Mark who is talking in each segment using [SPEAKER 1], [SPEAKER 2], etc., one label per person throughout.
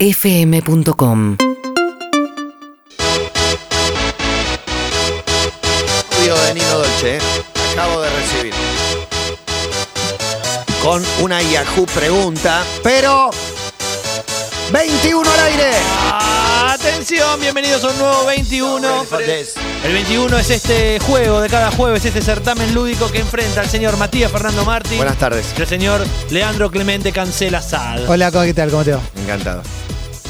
[SPEAKER 1] urbanaplayfm.com
[SPEAKER 2] audio de Nino Dolce, ¿eh? acabo de recibir. Con una Yahoo pregunta, pero 21 al aire.
[SPEAKER 3] Atención, bienvenidos a un nuevo 21.
[SPEAKER 2] Elefantes.
[SPEAKER 3] El 21 es este juego de cada jueves, este certamen lúdico que enfrenta al señor Matías Fernando Martín
[SPEAKER 2] Buenas tardes.
[SPEAKER 3] y al señor Leandro Clemente Cancela Sad.
[SPEAKER 4] Hola, ¿cómo- ¿qué tal? ¿Cómo te va?
[SPEAKER 2] Encantado.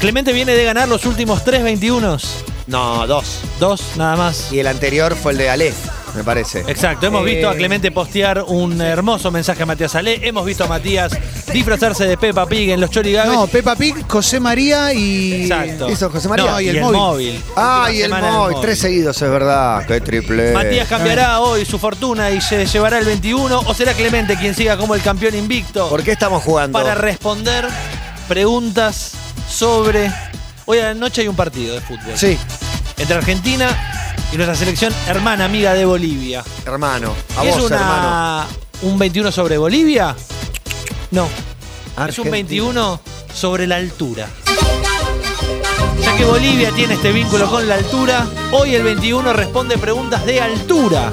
[SPEAKER 3] Clemente viene de ganar los últimos tres 21s.
[SPEAKER 2] No, dos.
[SPEAKER 3] Dos, nada más.
[SPEAKER 2] Y el anterior fue el de Ale, me parece.
[SPEAKER 3] Exacto, hemos
[SPEAKER 2] Eh,
[SPEAKER 3] visto a Clemente postear un hermoso mensaje a Matías Ale, hemos visto a Matías disfrazarse de Peppa Pig en los chorigaves.
[SPEAKER 4] No, Peppa Pig, José María y.
[SPEAKER 3] Exacto.
[SPEAKER 2] ¿Eso es José María?
[SPEAKER 3] No,
[SPEAKER 4] y el móvil.
[SPEAKER 2] Ah,
[SPEAKER 3] Última
[SPEAKER 2] y el
[SPEAKER 3] semana del
[SPEAKER 2] Moy, tres seguidos, es verdad. Qué triple.
[SPEAKER 3] Matías cambiará hoy su fortuna y se llevará el 21 o será Clemente quien siga como el campeón invicto
[SPEAKER 2] ¿Por qué estamos jugando?
[SPEAKER 3] para responder preguntas sobre... Hoy a la noche hay un partido de fútbol
[SPEAKER 2] Sí,
[SPEAKER 3] entre Argentina y nuestra selección hermana amiga de Bolivia.
[SPEAKER 2] hermano. A
[SPEAKER 3] ¿Es
[SPEAKER 2] vos,
[SPEAKER 3] una-
[SPEAKER 2] hermano.
[SPEAKER 3] un 21 sobre Bolivia? No. Es un
[SPEAKER 2] Argentina.
[SPEAKER 3] 21 sobre la altura. Ya que Bolivia tiene este vínculo con la altura, hoy el 21 responde preguntas de altura.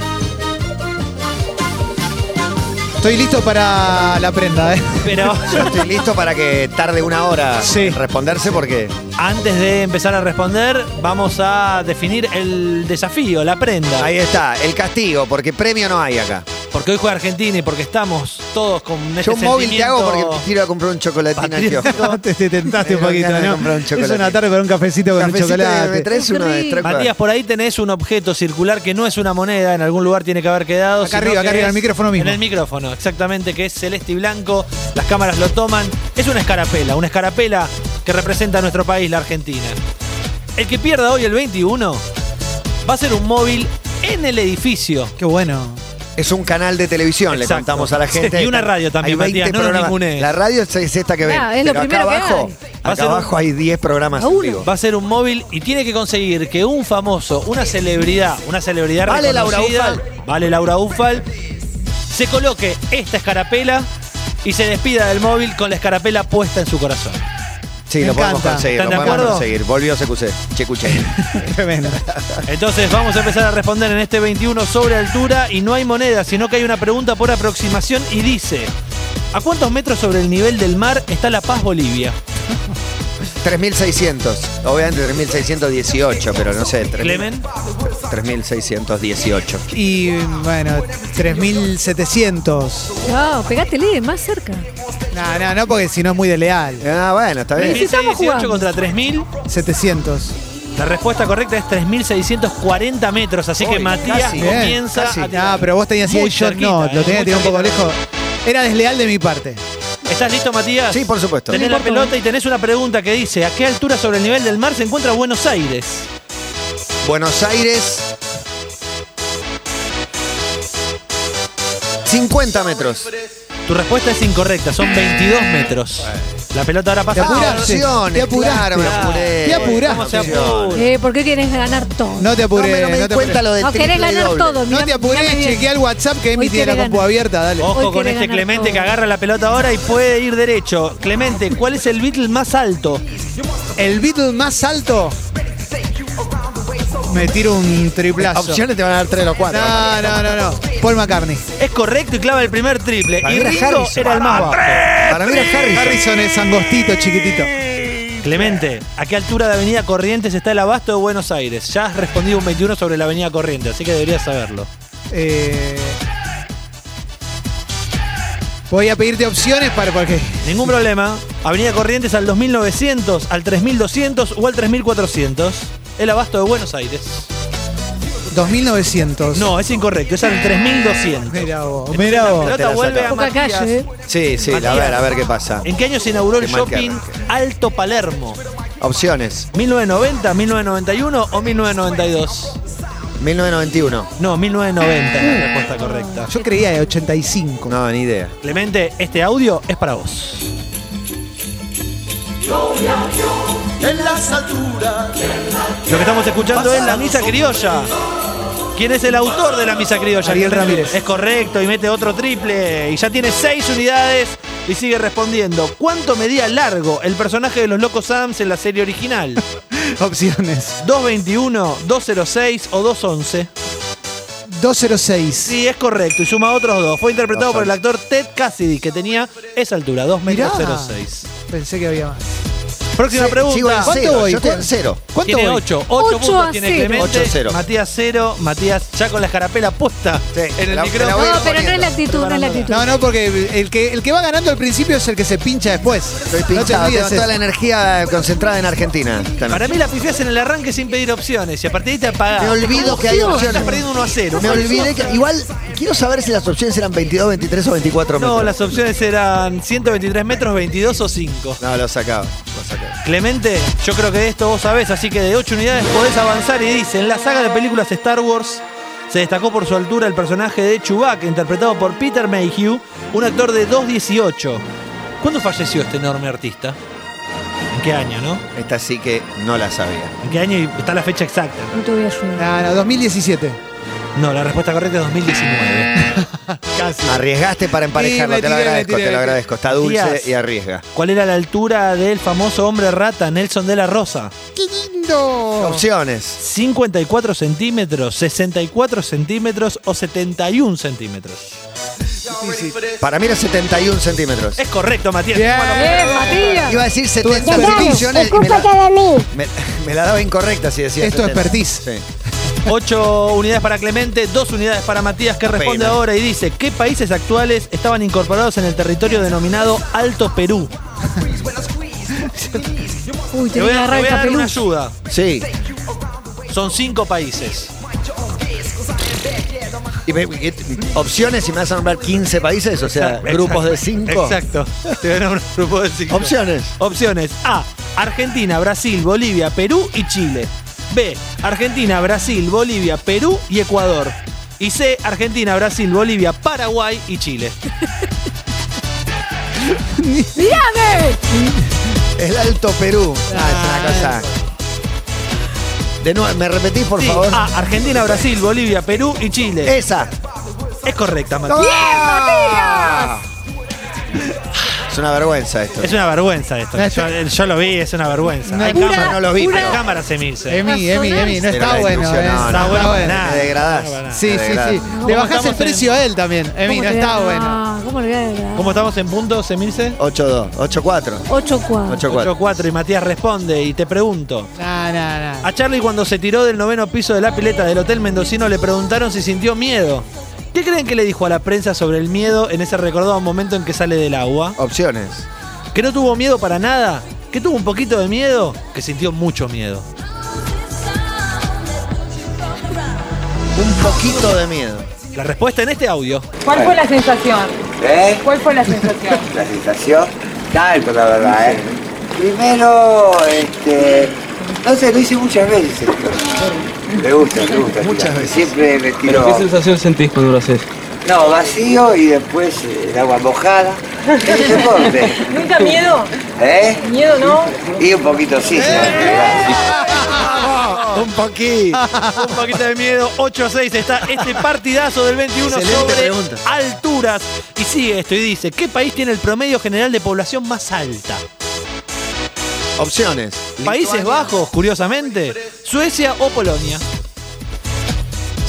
[SPEAKER 4] Estoy listo para la prenda, ¿eh?
[SPEAKER 3] Pero
[SPEAKER 2] Yo estoy listo para que tarde una hora
[SPEAKER 4] Sí.
[SPEAKER 2] en responderse porque
[SPEAKER 3] antes de empezar a responder, vamos a definir el desafío, la prenda.
[SPEAKER 2] ahí está, el castigo, porque premio no hay acá.
[SPEAKER 3] Porque hoy juega Argentina y porque estamos todos con este
[SPEAKER 2] Yo un móvil te hago porque
[SPEAKER 3] sentimiento-
[SPEAKER 2] quiero comprar un chocolatín al
[SPEAKER 3] Patriota.
[SPEAKER 2] kiosco.
[SPEAKER 4] te, te tentaste un
[SPEAKER 2] Tengo
[SPEAKER 4] poquito,
[SPEAKER 2] ganas de
[SPEAKER 4] ¿no?
[SPEAKER 2] comprar un
[SPEAKER 4] Es una
[SPEAKER 2] chocolate.
[SPEAKER 4] tarde con un cafecito con
[SPEAKER 2] Cafecito
[SPEAKER 4] un
[SPEAKER 2] de
[SPEAKER 4] chocolate.
[SPEAKER 2] tres, uno de tres
[SPEAKER 3] Matías, por ahí tenés un objeto circular que no es una moneda, en algún lugar tiene que haber quedado.
[SPEAKER 4] Acá
[SPEAKER 3] sino
[SPEAKER 4] arriba,
[SPEAKER 3] que
[SPEAKER 4] acá arriba,
[SPEAKER 3] es-
[SPEAKER 4] el micrófono mismo.
[SPEAKER 3] En el micrófono, exactamente, que es celeste y blanco. Las cámaras lo toman. Es una escarapela, una escarapela que representa a nuestro país, la Argentina. El que pierda hoy el 21 va a ser un móvil en el edificio.
[SPEAKER 4] Qué bueno.
[SPEAKER 2] Es un canal de televisión, le
[SPEAKER 3] Exacto.
[SPEAKER 2] contamos a la gente.
[SPEAKER 3] Sí, y una radio también,
[SPEAKER 2] Hay 20
[SPEAKER 3] Matías, no nos
[SPEAKER 2] programas.
[SPEAKER 3] ningunees.
[SPEAKER 2] La radio es- es esta que ven.
[SPEAKER 5] Ah, es lo
[SPEAKER 2] pero acá
[SPEAKER 5] primero que
[SPEAKER 2] abajo,
[SPEAKER 5] hay.
[SPEAKER 3] Va a
[SPEAKER 2] acá
[SPEAKER 3] ser un-
[SPEAKER 2] abajo hay 10 programas
[SPEAKER 5] A
[SPEAKER 2] en
[SPEAKER 5] uno.
[SPEAKER 2] vivo.
[SPEAKER 3] Va a ser un móvil y tiene que conseguir que un famoso, una celebridad, una celebridad
[SPEAKER 2] Vale Laura
[SPEAKER 3] reconocida,
[SPEAKER 2] Ufal.
[SPEAKER 3] vale Laura Ufal, se coloque esta escarapela y se despida del móvil con la escarapela puesta en su corazón.
[SPEAKER 2] Sí,
[SPEAKER 4] Me
[SPEAKER 2] lo podemos
[SPEAKER 4] encanta.
[SPEAKER 2] conseguir, lo
[SPEAKER 3] ¿Están de
[SPEAKER 2] podemos
[SPEAKER 3] acuerdo?
[SPEAKER 2] conseguir. Volvió CQC, Checuche.
[SPEAKER 4] Tremendo.
[SPEAKER 3] Entonces vamos a empezar a responder en este 21 sobre altura y no hay moneda, sino que hay una pregunta por aproximación y dice, ¿a cuántos metros sobre el nivel del mar está La Paz, Bolivia?
[SPEAKER 2] 3600. Obviamente 3618, pero no sé. tres-
[SPEAKER 3] Clemen.
[SPEAKER 2] 3618.
[SPEAKER 4] Y bueno, 3700.
[SPEAKER 5] Wow, pegátele, más cerca.
[SPEAKER 4] No, no, no, porque si no es muy desleal.
[SPEAKER 2] Ah, bueno, está bien.
[SPEAKER 5] Necesitamos
[SPEAKER 3] 3618
[SPEAKER 5] jugar.
[SPEAKER 3] contra 3000.
[SPEAKER 4] 700.
[SPEAKER 3] La respuesta correcta es 3.640 metros, así que
[SPEAKER 2] Uy,
[SPEAKER 3] Matías
[SPEAKER 2] casi,
[SPEAKER 4] Bien,
[SPEAKER 3] comienza
[SPEAKER 2] casi.
[SPEAKER 3] a tirar.
[SPEAKER 4] ¿eh? Ah, pero vos tenías
[SPEAKER 3] Muy
[SPEAKER 4] 100, yo
[SPEAKER 3] cerquita,
[SPEAKER 4] no,
[SPEAKER 3] eh,
[SPEAKER 4] lo tenía
[SPEAKER 3] muy
[SPEAKER 4] que tirar un poco
[SPEAKER 3] cerquita.
[SPEAKER 4] lejos. Era desleal de mi parte.
[SPEAKER 3] ¿Estás listo, Matías?
[SPEAKER 2] Sí, por supuesto.
[SPEAKER 3] Tenés la pelota y tenés una pregunta que dice, ¿a qué altura sobre el nivel del mar se encuentra Buenos Aires?
[SPEAKER 2] Buenos Aires. 50 metros.
[SPEAKER 3] Tu respuesta es incorrecta, son 22 metros. La pelota ahora pasa.
[SPEAKER 4] ¿Te
[SPEAKER 2] Ah,
[SPEAKER 4] apurás?
[SPEAKER 3] por-
[SPEAKER 4] apuraste,
[SPEAKER 2] opciones,
[SPEAKER 4] te apuraste.
[SPEAKER 2] claro, me apuré.
[SPEAKER 4] Te apuraste.
[SPEAKER 3] ¿Cómo se
[SPEAKER 2] Opciones.
[SPEAKER 3] apura?
[SPEAKER 5] Eh, ¿Por qué quieres ganar todo? No,
[SPEAKER 4] No te apures,
[SPEAKER 2] no, me- no me di
[SPEAKER 4] te
[SPEAKER 2] cuenta
[SPEAKER 4] apures.
[SPEAKER 2] lo del triple
[SPEAKER 5] querés
[SPEAKER 2] y
[SPEAKER 5] ganar
[SPEAKER 2] doble.
[SPEAKER 5] todo.
[SPEAKER 4] No te apures, chequea el WhatsApp que
[SPEAKER 5] Hoy
[SPEAKER 4] Emi tiene la
[SPEAKER 5] quiere
[SPEAKER 4] compu
[SPEAKER 5] ganar.
[SPEAKER 4] abierta, dale.
[SPEAKER 3] Ojo
[SPEAKER 5] Hoy
[SPEAKER 3] con
[SPEAKER 5] quiere
[SPEAKER 3] este
[SPEAKER 5] ganar
[SPEAKER 3] Clemente
[SPEAKER 5] todo.
[SPEAKER 3] que agarra la pelota ahora y puede ir derecho. Clemente, ¿cuál es el Beatle más alto?
[SPEAKER 4] El Beatle más alto. Me tiro un triplazo.
[SPEAKER 2] Opciones te van a dar 3 o 4.
[SPEAKER 4] No, no, no, no. Paul McCartney.
[SPEAKER 3] Es correcto y clava el primer triple.
[SPEAKER 2] Para
[SPEAKER 3] y
[SPEAKER 2] mí era
[SPEAKER 3] Ringo
[SPEAKER 2] Harrison.
[SPEAKER 3] era el más bajo.
[SPEAKER 2] Para mí era Harry.
[SPEAKER 4] Harrison es angostito, chiquitito.
[SPEAKER 3] Clemente, ¿a qué altura de Avenida Corrientes está el abasto de Buenos Aires? Ya has respondido un 21 sobre la Avenida Corrientes, así que deberías saberlo.
[SPEAKER 4] Eh, voy a pedirte opciones para porque.
[SPEAKER 3] Ningún problema. Avenida Corrientes al 2900, al 3200 o al 3400. El abasto de Buenos Aires.
[SPEAKER 4] 2900.
[SPEAKER 3] No, es incorrecto, es al 3200.
[SPEAKER 4] Mirá vos,
[SPEAKER 3] Entonces,
[SPEAKER 4] mirá
[SPEAKER 3] la
[SPEAKER 4] vos.
[SPEAKER 2] Te
[SPEAKER 3] pelota
[SPEAKER 2] la
[SPEAKER 3] vuelve
[SPEAKER 2] saca.
[SPEAKER 3] a
[SPEAKER 5] Poca
[SPEAKER 3] Matías.
[SPEAKER 5] calle, ¿eh?
[SPEAKER 2] Sí, sí, a
[SPEAKER 3] Matías.
[SPEAKER 2] ver, a ver qué pasa.
[SPEAKER 3] ¿En qué año se inauguró el
[SPEAKER 2] Qué mal que
[SPEAKER 3] shopping
[SPEAKER 2] arranque.
[SPEAKER 3] Alto Palermo?
[SPEAKER 2] Opciones.
[SPEAKER 3] ¿1990, 1991 o 1992?
[SPEAKER 2] 1991.
[SPEAKER 3] No, 1990 es la respuesta correcta.
[SPEAKER 4] Yo creía de 85.
[SPEAKER 2] No, ni idea.
[SPEAKER 3] Clemente, este audio es para vos. Lo que estamos escuchando es la misa criolla. ¿Quién es el autor de la misa criolla?
[SPEAKER 4] Ariel
[SPEAKER 3] Clemente.
[SPEAKER 4] Ramírez.
[SPEAKER 3] Es correcto y mete otro triple. Y ya tiene seis unidades Y sigue respondiendo, ¿cuánto medía largo el personaje de los Locos Adams en la serie original?
[SPEAKER 4] Opciones.
[SPEAKER 3] ¿221, 206 o 211?
[SPEAKER 4] 206.
[SPEAKER 3] Sí, es correcto. Y suma otros dos. Fue interpretado por el actor Ted Cassidy, que tenía esa altura, 2 metros
[SPEAKER 4] Mirá.
[SPEAKER 3] 06.
[SPEAKER 4] Pensé que había más.
[SPEAKER 3] Próxima
[SPEAKER 2] Se-
[SPEAKER 3] pregunta.
[SPEAKER 2] sigo en
[SPEAKER 4] ¿Cuánto
[SPEAKER 2] cero,
[SPEAKER 4] voy?
[SPEAKER 2] yo estoy en
[SPEAKER 4] ¿Cu-
[SPEAKER 2] cero.
[SPEAKER 4] ¿Cuánto
[SPEAKER 3] tiene
[SPEAKER 4] voy?
[SPEAKER 3] 8. 8
[SPEAKER 5] Ocho
[SPEAKER 3] puntos
[SPEAKER 5] a
[SPEAKER 3] tiene
[SPEAKER 5] cero.
[SPEAKER 3] Clemente.
[SPEAKER 2] Ocho a cero.
[SPEAKER 3] Matías 0. Matías ya con la escarapela puesta
[SPEAKER 2] Sí,
[SPEAKER 3] en el
[SPEAKER 2] la-
[SPEAKER 3] micrófono.
[SPEAKER 2] la
[SPEAKER 5] No,
[SPEAKER 2] voy
[SPEAKER 5] pero no es la actitud, no es la actitud.
[SPEAKER 4] No, no, porque el que, el que va ganando al principio es el que se pincha después.
[SPEAKER 2] Estoy
[SPEAKER 4] no te
[SPEAKER 2] pinchado,
[SPEAKER 4] olvides
[SPEAKER 2] tengo
[SPEAKER 4] eso.
[SPEAKER 2] toda la energía concentrada en Argentina. esta noche.
[SPEAKER 3] Para mí la pifias en el arranque sin pedir opciones. Y a partir de ahí te apagás.
[SPEAKER 2] Me olvido que hay
[SPEAKER 5] Opciones.
[SPEAKER 2] opciones.
[SPEAKER 3] Estás perdiendo 1 a 0.
[SPEAKER 2] Me olvidé que. Igual, quiero saber si las opciones eran 22, 23 o 24 metros.
[SPEAKER 3] No, las opciones eran 123 metros, 22 o 5.
[SPEAKER 2] No, lo sacaba. Lo sacaba.
[SPEAKER 3] Clemente, yo creo que de esto vos sabés, así que de 8 unidades podés avanzar y dice, en la saga de películas Star Wars se destacó por su altura el personaje de Chewbacca, interpretado por Peter Mayhew, un actor de 2.18. ¿Cuándo falleció este enorme artista? ¿En qué año, no?
[SPEAKER 2] Esta sí que no la sabía.
[SPEAKER 3] ¿En qué año? Y está la fecha exacta.
[SPEAKER 5] No te voy a ayudar.
[SPEAKER 4] No, no, 2017.
[SPEAKER 3] No, la respuesta correcta es 2019.
[SPEAKER 4] Casi.
[SPEAKER 2] Arriesgaste para emparejarlo,
[SPEAKER 4] Sí, me
[SPEAKER 2] te lo
[SPEAKER 4] tiré, me
[SPEAKER 2] agradezco,
[SPEAKER 4] tiré,
[SPEAKER 2] te lo
[SPEAKER 4] me tiré.
[SPEAKER 2] agradezco. Está dulce
[SPEAKER 3] Matías.
[SPEAKER 2] y arriesga.
[SPEAKER 3] ¿Cuál era la altura del famoso hombre rata Nelson de la Rosa?
[SPEAKER 4] ¡Qué lindo!
[SPEAKER 2] Opciones.
[SPEAKER 3] 54 centímetros, 64 centímetros o 71 centímetros.
[SPEAKER 2] Para mí era 71 centímetros.
[SPEAKER 3] Es correcto, Matías.
[SPEAKER 4] Bien.
[SPEAKER 3] Bueno,
[SPEAKER 5] ¡Eh, Matías!
[SPEAKER 2] Iba a decir 70
[SPEAKER 4] Tú-
[SPEAKER 2] opciones. y Me la, me- me la daba incorrecta si decía.
[SPEAKER 4] Es tu
[SPEAKER 2] 70.
[SPEAKER 4] expertise.
[SPEAKER 2] Sí.
[SPEAKER 3] 8 unidades para Clemente, 2 unidades para Matías, que
[SPEAKER 2] Apenas.
[SPEAKER 3] responde ahora y dice: ¿Qué países actuales estaban incorporados en el territorio denominado Alto Perú?
[SPEAKER 5] Uy, te
[SPEAKER 3] Te voy
[SPEAKER 5] voy
[SPEAKER 3] a, te
[SPEAKER 5] a agarrar
[SPEAKER 3] voy
[SPEAKER 5] el
[SPEAKER 3] a dar una
[SPEAKER 5] capeluz.
[SPEAKER 3] ayuda.
[SPEAKER 2] Sí.
[SPEAKER 3] Son 5 países.
[SPEAKER 2] Y me- y- opciones y me vas a nombrar 15 países, o sea,
[SPEAKER 3] Exacto.
[SPEAKER 2] grupos de 5.
[SPEAKER 3] Exacto. Te voy a dar un grupo de 5.
[SPEAKER 2] Opciones.
[SPEAKER 3] Opciones A. Argentina, Brasil, Bolivia, Perú y Chile. B. Argentina, Brasil, Bolivia, Perú y Ecuador. Y C. Argentina, Brasil, Bolivia, Paraguay y Chile.
[SPEAKER 5] ¡Mírame!
[SPEAKER 2] El Alto Perú. Ah, es una cosa. De nuevo, ¿me repetís, por
[SPEAKER 3] Sí,
[SPEAKER 2] favor? Eh,
[SPEAKER 3] A. Argentina, Brasil, Bolivia, Perú y Chile. Es,
[SPEAKER 2] Esa.
[SPEAKER 3] correcta, Matías.
[SPEAKER 2] ¡Ah! Es una vergüenza esto.
[SPEAKER 3] Es una vergüenza esto. Yo, yo lo vi, es una vergüenza.
[SPEAKER 4] No,
[SPEAKER 3] Hay
[SPEAKER 4] pura-
[SPEAKER 3] cámaras-
[SPEAKER 2] no Eh, lo vi,
[SPEAKER 3] Hay
[SPEAKER 2] pero-
[SPEAKER 3] cámaras se milce.
[SPEAKER 4] Emi, Emi, Emi, no
[SPEAKER 2] Pero
[SPEAKER 4] está
[SPEAKER 2] la
[SPEAKER 4] bueno.
[SPEAKER 2] discusión,
[SPEAKER 4] eh.
[SPEAKER 2] no, no,
[SPEAKER 3] Está
[SPEAKER 4] Está
[SPEAKER 3] bueno para
[SPEAKER 4] bueno.
[SPEAKER 3] nada.
[SPEAKER 2] Te degradás.
[SPEAKER 3] No, no, no.
[SPEAKER 2] te
[SPEAKER 4] Sí, sí,
[SPEAKER 2] degradás.
[SPEAKER 4] sí.
[SPEAKER 5] ¿Cómo
[SPEAKER 4] Le bajás el
[SPEAKER 3] estamos en-
[SPEAKER 4] precio a él también. Emi, no
[SPEAKER 5] ¿Cómo te voy a-
[SPEAKER 4] está bueno.
[SPEAKER 5] No, ¿Cómo le voy a dar?
[SPEAKER 3] ¿Cómo estamos en puntos, Semilce?
[SPEAKER 2] 8-2, 8-4.
[SPEAKER 5] 8-4.
[SPEAKER 2] 8-4.
[SPEAKER 3] 8-4 y Matías responde y te pregunto.
[SPEAKER 4] No, no, no.
[SPEAKER 3] A Charlie cuando se tiró del noveno piso de la pileta del Hotel Mendocino le preguntaron si sintió miedo. ¿Qué creen que le dijo a la prensa sobre el miedo en ese recordado momento en que sale del agua?
[SPEAKER 2] Opciones.
[SPEAKER 3] ¿Que no tuvo miedo para nada? ¿Que tuvo un poquito de miedo? Que sintió mucho miedo.
[SPEAKER 2] Un poquito de miedo.
[SPEAKER 3] La respuesta en este audio.
[SPEAKER 1] ¿Cuál fue la sensación?
[SPEAKER 6] ¿Eh?
[SPEAKER 1] ¿Cuál fue la sensación?
[SPEAKER 6] La sensación, tanto la verdad, ¿eh? Primero, este, no sé, lo hice muchas veces esto. Me gusta, me gusta.
[SPEAKER 2] Muchas
[SPEAKER 6] tirar.
[SPEAKER 2] veces.
[SPEAKER 6] Siempre me
[SPEAKER 7] ¿Pero qué
[SPEAKER 6] tiro,
[SPEAKER 7] sensación sentís cuando lo haces?
[SPEAKER 6] no, vacío y después eh, el agua mojada. Es un deporte,
[SPEAKER 1] ¿Nunca miedo?
[SPEAKER 6] ¿eh?
[SPEAKER 1] ¿Miedo no?
[SPEAKER 6] Y un poquito sí, la
[SPEAKER 2] Eh.
[SPEAKER 6] verdad.
[SPEAKER 2] Un poquito.
[SPEAKER 3] Un poquito de miedo. 8 a 6 está este partidazo del 21
[SPEAKER 2] Excelente
[SPEAKER 3] sobre
[SPEAKER 2] pregunta.
[SPEAKER 3] alturas. Y sigue esto y dice, ¿qué país tiene el promedio general de población más alta?
[SPEAKER 2] Opciones.
[SPEAKER 3] Países
[SPEAKER 2] Lituania,
[SPEAKER 3] Bajos, curiosamente. Suecia o Polonia.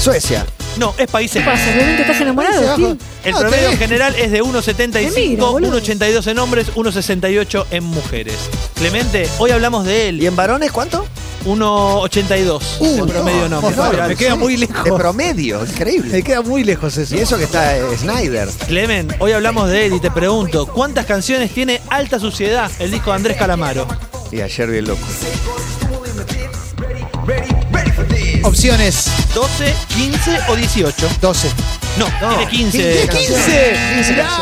[SPEAKER 2] Suecia.
[SPEAKER 3] No, es Países
[SPEAKER 5] ¿Qué
[SPEAKER 3] Bajos.
[SPEAKER 5] pasa? ¿Realmente estás enamorado?
[SPEAKER 4] Abajo.
[SPEAKER 5] tío?
[SPEAKER 3] El
[SPEAKER 4] No,
[SPEAKER 3] promedio
[SPEAKER 4] te-
[SPEAKER 3] general es de
[SPEAKER 5] Te mira,
[SPEAKER 3] 1,75,
[SPEAKER 5] boludo.
[SPEAKER 3] 1,82 en hombres, 1,68 en mujeres. Clemente, hoy hablamos de
[SPEAKER 2] ¿Y
[SPEAKER 3] él.
[SPEAKER 2] en varones cuánto?
[SPEAKER 3] 1,82 en
[SPEAKER 2] no,
[SPEAKER 3] promedio en hombres.
[SPEAKER 2] por favor,
[SPEAKER 3] Mirá,
[SPEAKER 4] me queda
[SPEAKER 2] sí.
[SPEAKER 4] muy lejos.
[SPEAKER 2] De promedio, increíble.
[SPEAKER 4] Eh, Me queda muy lejos eso.
[SPEAKER 2] Y eso que está eh, Snyder.
[SPEAKER 3] Clemen, hoy hablamos de él y te pregunto, ¿cuántas canciones tiene Alta Suciedad, el disco de Andrés Calamaro?
[SPEAKER 2] Y ayer vi el loco.
[SPEAKER 4] Opciones
[SPEAKER 3] ¿12, 15 o 18?
[SPEAKER 4] 12.
[SPEAKER 3] No, tiene 15.
[SPEAKER 4] ¿Qué
[SPEAKER 2] canciones.
[SPEAKER 4] 15?
[SPEAKER 2] 15 canciones.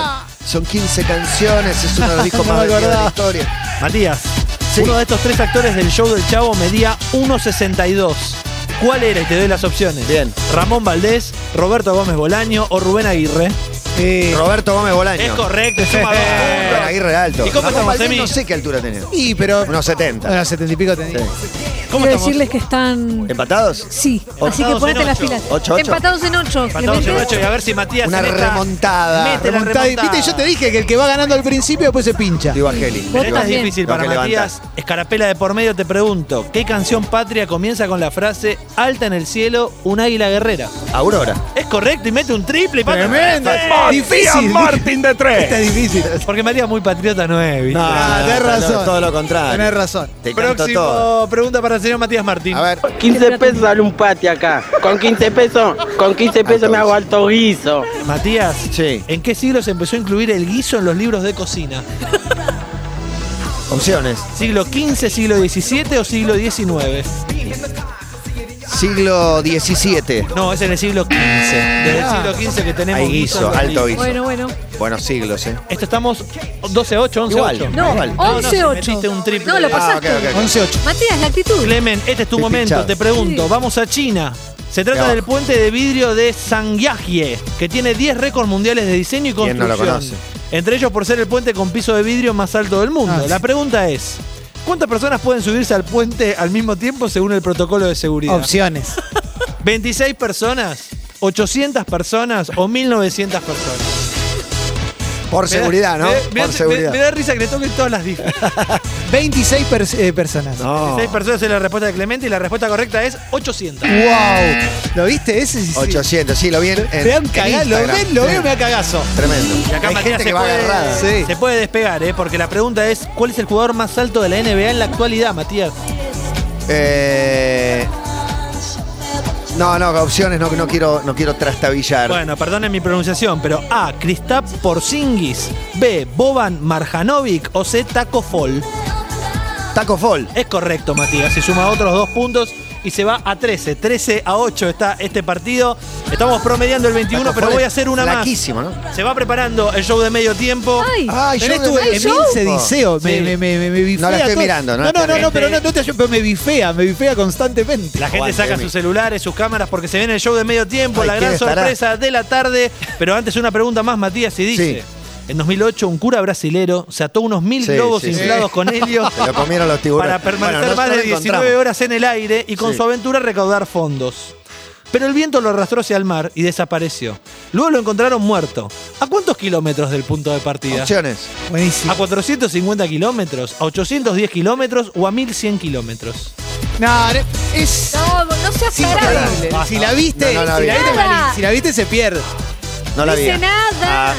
[SPEAKER 2] Son 15 canciones, es uno de los discos
[SPEAKER 4] No
[SPEAKER 2] más
[SPEAKER 4] me
[SPEAKER 2] vendidos de la
[SPEAKER 4] acordaba.
[SPEAKER 2] historia.
[SPEAKER 3] Matías,
[SPEAKER 2] Sí.
[SPEAKER 3] uno de estos tres actores del show del Chavo medía 1,62. ¿Cuál era? Y te doy las opciones.
[SPEAKER 2] Bien.
[SPEAKER 3] Ramón Valdés, Roberto Gómez Bolaño o Rubén Aguirre.
[SPEAKER 4] Eh,
[SPEAKER 2] Roberto Gómez
[SPEAKER 3] Es
[SPEAKER 2] Bolaño.
[SPEAKER 3] correcto, suma dos
[SPEAKER 2] Bueno,
[SPEAKER 3] puntos.
[SPEAKER 2] Eh, Aguirre era alto.
[SPEAKER 3] ¿Y cómo
[SPEAKER 2] Ramón
[SPEAKER 3] estamos,
[SPEAKER 2] Valdés
[SPEAKER 3] Emi?
[SPEAKER 2] No sé qué altura tenés.
[SPEAKER 4] y pero.
[SPEAKER 2] Unos 70.
[SPEAKER 4] Bueno, 70 y pico tenía.
[SPEAKER 3] ¿Cómo
[SPEAKER 5] Quiero
[SPEAKER 3] estamos?
[SPEAKER 5] decirles que están.
[SPEAKER 2] ¿Empatados?
[SPEAKER 5] Sí, así
[SPEAKER 3] Empatados
[SPEAKER 5] que
[SPEAKER 3] en
[SPEAKER 5] ponete las
[SPEAKER 3] ocho.
[SPEAKER 5] filas.
[SPEAKER 2] Ocho, ocho.
[SPEAKER 5] Empatados en ocho.
[SPEAKER 3] Empatados en
[SPEAKER 5] ¿le
[SPEAKER 3] ocho,
[SPEAKER 5] metes?
[SPEAKER 3] y a ver si Matías.
[SPEAKER 2] Una
[SPEAKER 3] en esta
[SPEAKER 2] remontada.
[SPEAKER 3] Mete la
[SPEAKER 4] Remontada.
[SPEAKER 3] remontada.
[SPEAKER 4] Viste, yo te dije que el que va ganando al principio después se pincha.
[SPEAKER 2] Digo Angeli.
[SPEAKER 5] Vos
[SPEAKER 3] Pero
[SPEAKER 2] digo
[SPEAKER 3] esta es
[SPEAKER 5] también.
[SPEAKER 2] Angeli.
[SPEAKER 3] difícil
[SPEAKER 2] Lo
[SPEAKER 3] para
[SPEAKER 2] que levanta.
[SPEAKER 3] Matías. Escarapela de por medio, te pregunto. ¿Qué canción patria comienza con la frase alta en el cielo, un águila guerrera?
[SPEAKER 2] Aurora.
[SPEAKER 3] Es correcto y mete un triple y pasa-
[SPEAKER 4] Tremendo. Difícil.
[SPEAKER 7] Martín de tres.
[SPEAKER 4] Está difícil.
[SPEAKER 3] Porque Matías muy patriota no es, ¿viste?
[SPEAKER 4] Ah, tenés
[SPEAKER 2] no,
[SPEAKER 4] razón.
[SPEAKER 2] no, Todo lo contrario.
[SPEAKER 4] Tenés razón.
[SPEAKER 2] Te canto todo.
[SPEAKER 3] Próximo pregunta para el señor Matías Martín.
[SPEAKER 2] A ver,
[SPEAKER 8] 15 pesos sale un pati acá. Con 15 pesos, con 15 pesos me hago alto guiso.
[SPEAKER 3] Matías,
[SPEAKER 2] Sí.
[SPEAKER 3] ¿en qué siglo se empezó a incluir el guiso en los libros de cocina?
[SPEAKER 2] opciones.
[SPEAKER 3] ¿Siglo XV, siglo XVII o siglo XIX?
[SPEAKER 2] Siglo XVII.
[SPEAKER 3] No, es en el siglo XV. Desde el siglo XV que tenemos Ah,
[SPEAKER 2] Hay guiso,
[SPEAKER 3] en los
[SPEAKER 2] alto
[SPEAKER 3] libros.
[SPEAKER 2] guiso.
[SPEAKER 5] Bueno, bueno.
[SPEAKER 2] Buenos siglos, ¿eh?
[SPEAKER 3] Esto estamos 12-8, 11-8.
[SPEAKER 2] Igual.
[SPEAKER 5] No,
[SPEAKER 2] Igual.
[SPEAKER 3] No, no, si
[SPEAKER 5] 11-8.
[SPEAKER 3] metiste un triple.
[SPEAKER 5] No, lo
[SPEAKER 3] Ah,
[SPEAKER 5] pasaste.
[SPEAKER 2] ok, ok, ok.
[SPEAKER 4] 11-8.
[SPEAKER 5] Matías, la actitud.
[SPEAKER 3] Clemen, este es tu
[SPEAKER 2] Estoy
[SPEAKER 3] momento,
[SPEAKER 2] pinchado.
[SPEAKER 3] te pregunto. Vamos a China. Se trata
[SPEAKER 2] Ya.
[SPEAKER 3] del puente de vidrio de Sangyajie, que tiene 10 récords mundiales de diseño y
[SPEAKER 2] ¿Quién no
[SPEAKER 3] construcción.
[SPEAKER 2] lo conoce?
[SPEAKER 3] Entre ellos por ser el puente con piso de vidrio más alto del mundo.
[SPEAKER 4] Ah,
[SPEAKER 3] La pregunta es, ¿cuántas personas pueden subirse al puente al mismo tiempo según el protocolo de seguridad?
[SPEAKER 4] Opciones.
[SPEAKER 3] 26 personas, 800 personas o 1900 personas.
[SPEAKER 2] Por seguridad, ¿no?
[SPEAKER 3] Me da- me da-
[SPEAKER 2] Por
[SPEAKER 3] me-
[SPEAKER 2] seguridad.
[SPEAKER 3] Me, da risa que le toquen todas las dif-
[SPEAKER 4] 26 pers- eh, personas.
[SPEAKER 2] No.
[SPEAKER 3] 26 personas es la respuesta de Clemente y la respuesta correcta es 800.
[SPEAKER 4] ¡Wow! ¿Lo viste? Ese sí. sí.
[SPEAKER 2] 800, sí, lo vi en, en-
[SPEAKER 4] Me da un
[SPEAKER 2] en
[SPEAKER 4] cagazo. Lo
[SPEAKER 2] Instagram.
[SPEAKER 4] ven, lo veo,
[SPEAKER 2] Sí.
[SPEAKER 4] me da cagazo.
[SPEAKER 2] Tremendo.
[SPEAKER 3] Y acá
[SPEAKER 2] Hay
[SPEAKER 3] Matías
[SPEAKER 2] gente
[SPEAKER 3] se
[SPEAKER 2] que va
[SPEAKER 3] puede-
[SPEAKER 2] agarrada.
[SPEAKER 4] Sí.
[SPEAKER 3] Se puede despegar, ¿eh? porque la pregunta es, ¿cuál es el jugador más alto de la NBA en la actualidad, Matías?
[SPEAKER 2] Eh, no, no, opciones, no, no quiero, no quiero trastabillar.
[SPEAKER 3] Bueno, perdonen mi pronunciación, pero A, Kristaps Porzingis, B, Boban Marjanovic o C, Taco Fall.
[SPEAKER 2] Taco Fall.
[SPEAKER 3] Es correcto, Matías. Se suma otros dos puntos y se va a 13. 13 a 8 está este partido. Estamos promediando el 21,
[SPEAKER 2] Taco
[SPEAKER 3] pero
[SPEAKER 2] Fall
[SPEAKER 3] voy a
[SPEAKER 2] es
[SPEAKER 3] hacer una
[SPEAKER 2] flaquísimo, ¿no?
[SPEAKER 3] más. Se va preparando el show de medio tiempo.
[SPEAKER 5] Ay.
[SPEAKER 4] Ay, yo
[SPEAKER 3] Tenés tu-
[SPEAKER 4] estuve en
[SPEAKER 5] show.
[SPEAKER 4] Mince Diceo. Me,
[SPEAKER 3] Sí.
[SPEAKER 4] me, me, me, me bifea.
[SPEAKER 2] No la estoy
[SPEAKER 4] todo.
[SPEAKER 2] mirando, no
[SPEAKER 4] No,
[SPEAKER 2] la
[SPEAKER 4] no,
[SPEAKER 2] estoy
[SPEAKER 4] no, no,
[SPEAKER 3] mirando.
[SPEAKER 4] pero no, no te ayudo, pero me bifea, me bifea constantemente.
[SPEAKER 3] La gente
[SPEAKER 2] Aguante,
[SPEAKER 3] saca
[SPEAKER 2] Emi.
[SPEAKER 3] sus celulares, sus cámaras porque se viene el show de medio tiempo,
[SPEAKER 2] Ay,
[SPEAKER 3] la
[SPEAKER 2] ¿quién
[SPEAKER 3] gran
[SPEAKER 2] estará?
[SPEAKER 3] sorpresa de la tarde. Pero antes una pregunta más, Matías, y dice. En 2008, un cura brasilero se ató unos mil
[SPEAKER 2] Sí,
[SPEAKER 3] globos
[SPEAKER 2] sí, sí.
[SPEAKER 3] inflados con helio
[SPEAKER 2] Se lo comieron los tiburones.
[SPEAKER 3] para permanecer
[SPEAKER 2] Bueno, nosotros
[SPEAKER 3] más de
[SPEAKER 2] lo
[SPEAKER 3] 19
[SPEAKER 2] encontramos.
[SPEAKER 3] horas en el aire y con
[SPEAKER 2] Sí.
[SPEAKER 3] su aventura recaudar fondos. Pero el viento lo arrastró hacia el mar y desapareció. Luego lo encontraron muerto. ¿A cuántos kilómetros del punto de partida?
[SPEAKER 2] Opciones.
[SPEAKER 4] Buenísimo.
[SPEAKER 3] ¿A 450 kilómetros? ¿A 810 kilómetros? ¿O a 1100 kilómetros?
[SPEAKER 4] No, no, es
[SPEAKER 5] No, no seas tarado.
[SPEAKER 4] increíble.
[SPEAKER 3] Basta.
[SPEAKER 4] Si la viste,
[SPEAKER 2] No, no la
[SPEAKER 4] si,
[SPEAKER 2] vi.
[SPEAKER 4] la viste
[SPEAKER 5] Nada.
[SPEAKER 4] si la viste, se pierde.
[SPEAKER 2] No la vi.
[SPEAKER 5] Dice nada.
[SPEAKER 2] Ah,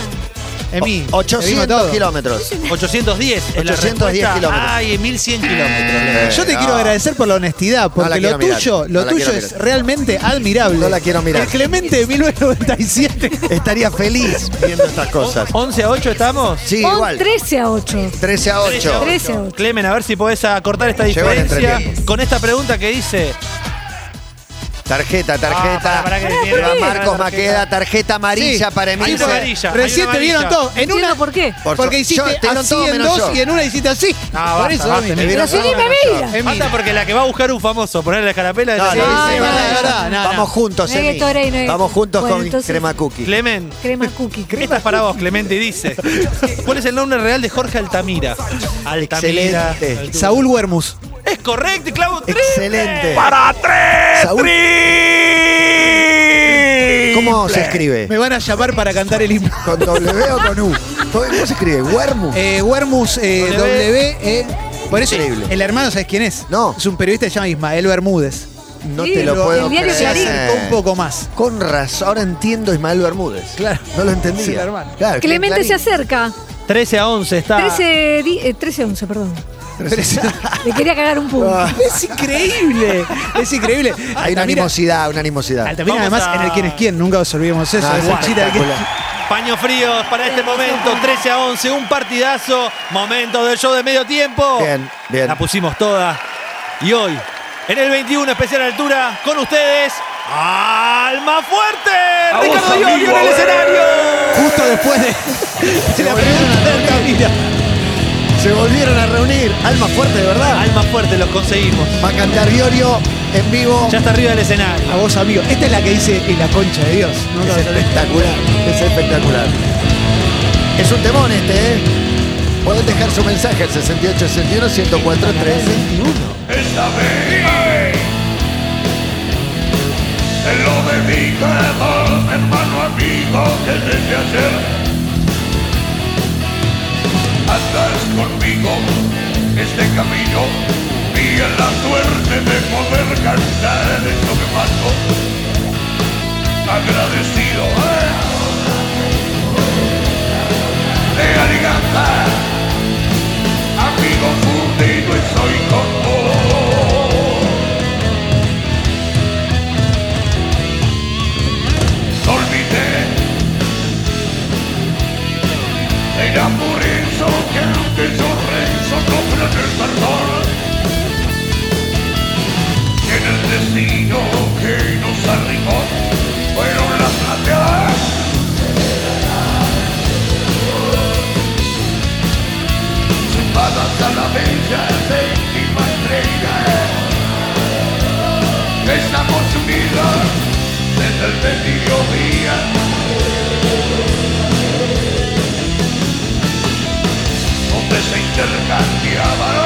[SPEAKER 4] En mí.
[SPEAKER 2] o- 800 kilómetros.
[SPEAKER 3] 810 es la
[SPEAKER 2] 810
[SPEAKER 3] respuesta.
[SPEAKER 2] kilómetros.
[SPEAKER 3] Ay, 1100 kilómetros.
[SPEAKER 2] Eh,
[SPEAKER 4] Yo te
[SPEAKER 2] no.
[SPEAKER 4] quiero agradecer por la honestidad,
[SPEAKER 2] No la
[SPEAKER 4] porque
[SPEAKER 2] quiero
[SPEAKER 4] lo
[SPEAKER 2] mirar.
[SPEAKER 4] tuyo,
[SPEAKER 2] No
[SPEAKER 4] lo
[SPEAKER 2] la
[SPEAKER 4] tuyo
[SPEAKER 2] quiero
[SPEAKER 4] es
[SPEAKER 2] mirar.
[SPEAKER 4] realmente admirable.
[SPEAKER 2] No la quiero mirar.
[SPEAKER 4] El Clemente de 1997.
[SPEAKER 2] Estaría feliz viendo estas cosas.
[SPEAKER 3] 11 a 8 estamos.
[SPEAKER 2] Sí,
[SPEAKER 5] Pon
[SPEAKER 2] igual.
[SPEAKER 5] 13 a 8.
[SPEAKER 2] 13 a 8.
[SPEAKER 5] 13 a 8.
[SPEAKER 3] Clemen, a ver si podés acortar esta
[SPEAKER 2] Llegó el
[SPEAKER 3] diferencia
[SPEAKER 2] entretiempo.
[SPEAKER 3] con esta pregunta que dice.
[SPEAKER 2] Tarjeta, tarjeta.
[SPEAKER 3] Ah, pará, pará, que viene.
[SPEAKER 2] Se va Marcos Maqueda, tarjeta amarilla
[SPEAKER 4] Sí.
[SPEAKER 2] para Emilce.
[SPEAKER 3] una amarilla, hay
[SPEAKER 4] Recién
[SPEAKER 3] una
[SPEAKER 4] te vieron
[SPEAKER 3] amarilla.
[SPEAKER 4] todo. En
[SPEAKER 5] Entiendo
[SPEAKER 4] una.
[SPEAKER 5] por qué.
[SPEAKER 2] Por
[SPEAKER 4] porque
[SPEAKER 2] su-
[SPEAKER 4] hiciste
[SPEAKER 2] yo- te dieron
[SPEAKER 4] así
[SPEAKER 2] todo
[SPEAKER 4] en
[SPEAKER 2] menos
[SPEAKER 4] dos
[SPEAKER 2] yo.
[SPEAKER 4] y en una hiciste así.
[SPEAKER 3] No, Eh,
[SPEAKER 4] por
[SPEAKER 3] Ah, basta,
[SPEAKER 4] eso,
[SPEAKER 3] basta,
[SPEAKER 4] Domi.
[SPEAKER 3] me
[SPEAKER 4] Pero
[SPEAKER 2] vieron
[SPEAKER 4] sí,
[SPEAKER 2] todo
[SPEAKER 4] me
[SPEAKER 2] menos yo.
[SPEAKER 4] mira.
[SPEAKER 3] Basta porque la que va a buscar un famoso, ponerle la escarapela y
[SPEAKER 2] No,
[SPEAKER 3] decir,
[SPEAKER 2] no,
[SPEAKER 5] no,
[SPEAKER 2] sí,
[SPEAKER 5] no,
[SPEAKER 2] verdad,
[SPEAKER 5] no,
[SPEAKER 2] verdad.
[SPEAKER 4] no, no.
[SPEAKER 2] Vamos juntos,
[SPEAKER 5] No hay
[SPEAKER 2] Emi.
[SPEAKER 5] Gatorade, no hay-
[SPEAKER 2] Vamos juntos
[SPEAKER 5] Bueno,
[SPEAKER 2] con
[SPEAKER 5] entonces-
[SPEAKER 2] crema cookie.
[SPEAKER 3] Clemen,
[SPEAKER 5] Crema cookie.
[SPEAKER 3] esta
[SPEAKER 5] Crema
[SPEAKER 3] es para vos, Clemente, y dice. ¿Cuál es el nombre real de Jorge Altamira? Altamira.
[SPEAKER 2] Excelente.
[SPEAKER 3] Altura.
[SPEAKER 4] Saúl Huermus.
[SPEAKER 3] Es correcto, y clavo. triple.
[SPEAKER 2] Excelente. ¡Para tres! ¿Cómo se escribe?
[SPEAKER 4] Me van a llamar para cantar el himno.
[SPEAKER 2] ¿Con W o con U? ¿Cómo cómo se escribe? ¿Wermu?
[SPEAKER 4] Eh, Wermus eh,
[SPEAKER 3] W.
[SPEAKER 4] W. eh, por eso,
[SPEAKER 2] Increíble.
[SPEAKER 4] el hermano, ¿sabes quién es?
[SPEAKER 2] No.
[SPEAKER 4] Es un periodista que se llama Ismael Bermúdez.
[SPEAKER 2] no
[SPEAKER 5] sí,
[SPEAKER 2] te lo
[SPEAKER 5] el
[SPEAKER 2] puedo
[SPEAKER 5] diario
[SPEAKER 2] creer.
[SPEAKER 4] Se
[SPEAKER 5] Clarín.
[SPEAKER 4] acercó un poco más.
[SPEAKER 2] Con razón, ahora entiendo a Ismael Bermúdez.
[SPEAKER 4] Claro.
[SPEAKER 2] No lo
[SPEAKER 4] Es el
[SPEAKER 2] entendía.
[SPEAKER 4] hermano.
[SPEAKER 2] Claro,
[SPEAKER 5] Clemente se
[SPEAKER 2] Clarín.
[SPEAKER 5] acerca.
[SPEAKER 3] 13 a 11 está.
[SPEAKER 5] 13, di- eh, 13 a 11, perdón. Le quería cagar un punto.
[SPEAKER 4] Es increíble. Es increíble.
[SPEAKER 2] Hay una
[SPEAKER 4] Altamira-
[SPEAKER 2] animosidad, una animosidad.
[SPEAKER 4] Altamira,
[SPEAKER 3] Vamos
[SPEAKER 4] además,
[SPEAKER 3] a-
[SPEAKER 4] en el quién es quién. Nunca os olvidemos eso.
[SPEAKER 2] No,
[SPEAKER 4] esa
[SPEAKER 2] es
[SPEAKER 4] chita del quién-
[SPEAKER 2] espectacular.
[SPEAKER 3] Paños fríos para este momento, 13 a 11, un partidazo, momento del show de medio tiempo.
[SPEAKER 2] Oh. Bien, bien.
[SPEAKER 3] La pusimos toda. Y hoy, en el 21 especial altura, con ustedes, Alma Fuerte, Ricardo Iorio en el escenario.
[SPEAKER 4] Justo después de, de la pregunta de Altamira.
[SPEAKER 2] Se volvieron a reunir. Alma fuerte, de verdad.
[SPEAKER 3] más fuertes los conseguimos.
[SPEAKER 2] Va a cantar Diorio en vivo.
[SPEAKER 3] Ya está arriba del escenario.
[SPEAKER 4] A vos, amigo. Esta es la que dice en la concha de Dios. No,
[SPEAKER 2] Es
[SPEAKER 4] no, no.
[SPEAKER 2] espectacular, es espectacular. Es un temón este, ¿eh? Pueden dejar su mensaje al 6861 104
[SPEAKER 7] Te lo dedico a vos, hermano amigo, que desde ayer andas conmigo este camino y en la suerte de poder cantar esto que mando. Agradecido ¡eh! de Alianza, amigo fundido y soy con vos. olvidé Era por eso que aunque yo rezo con el perdón Tiene el destino que nos arrimó Fueron las plateadas Sumadas a la bella séptima entrega Estamos unidos desde el mediodía. Donde se intercambiaban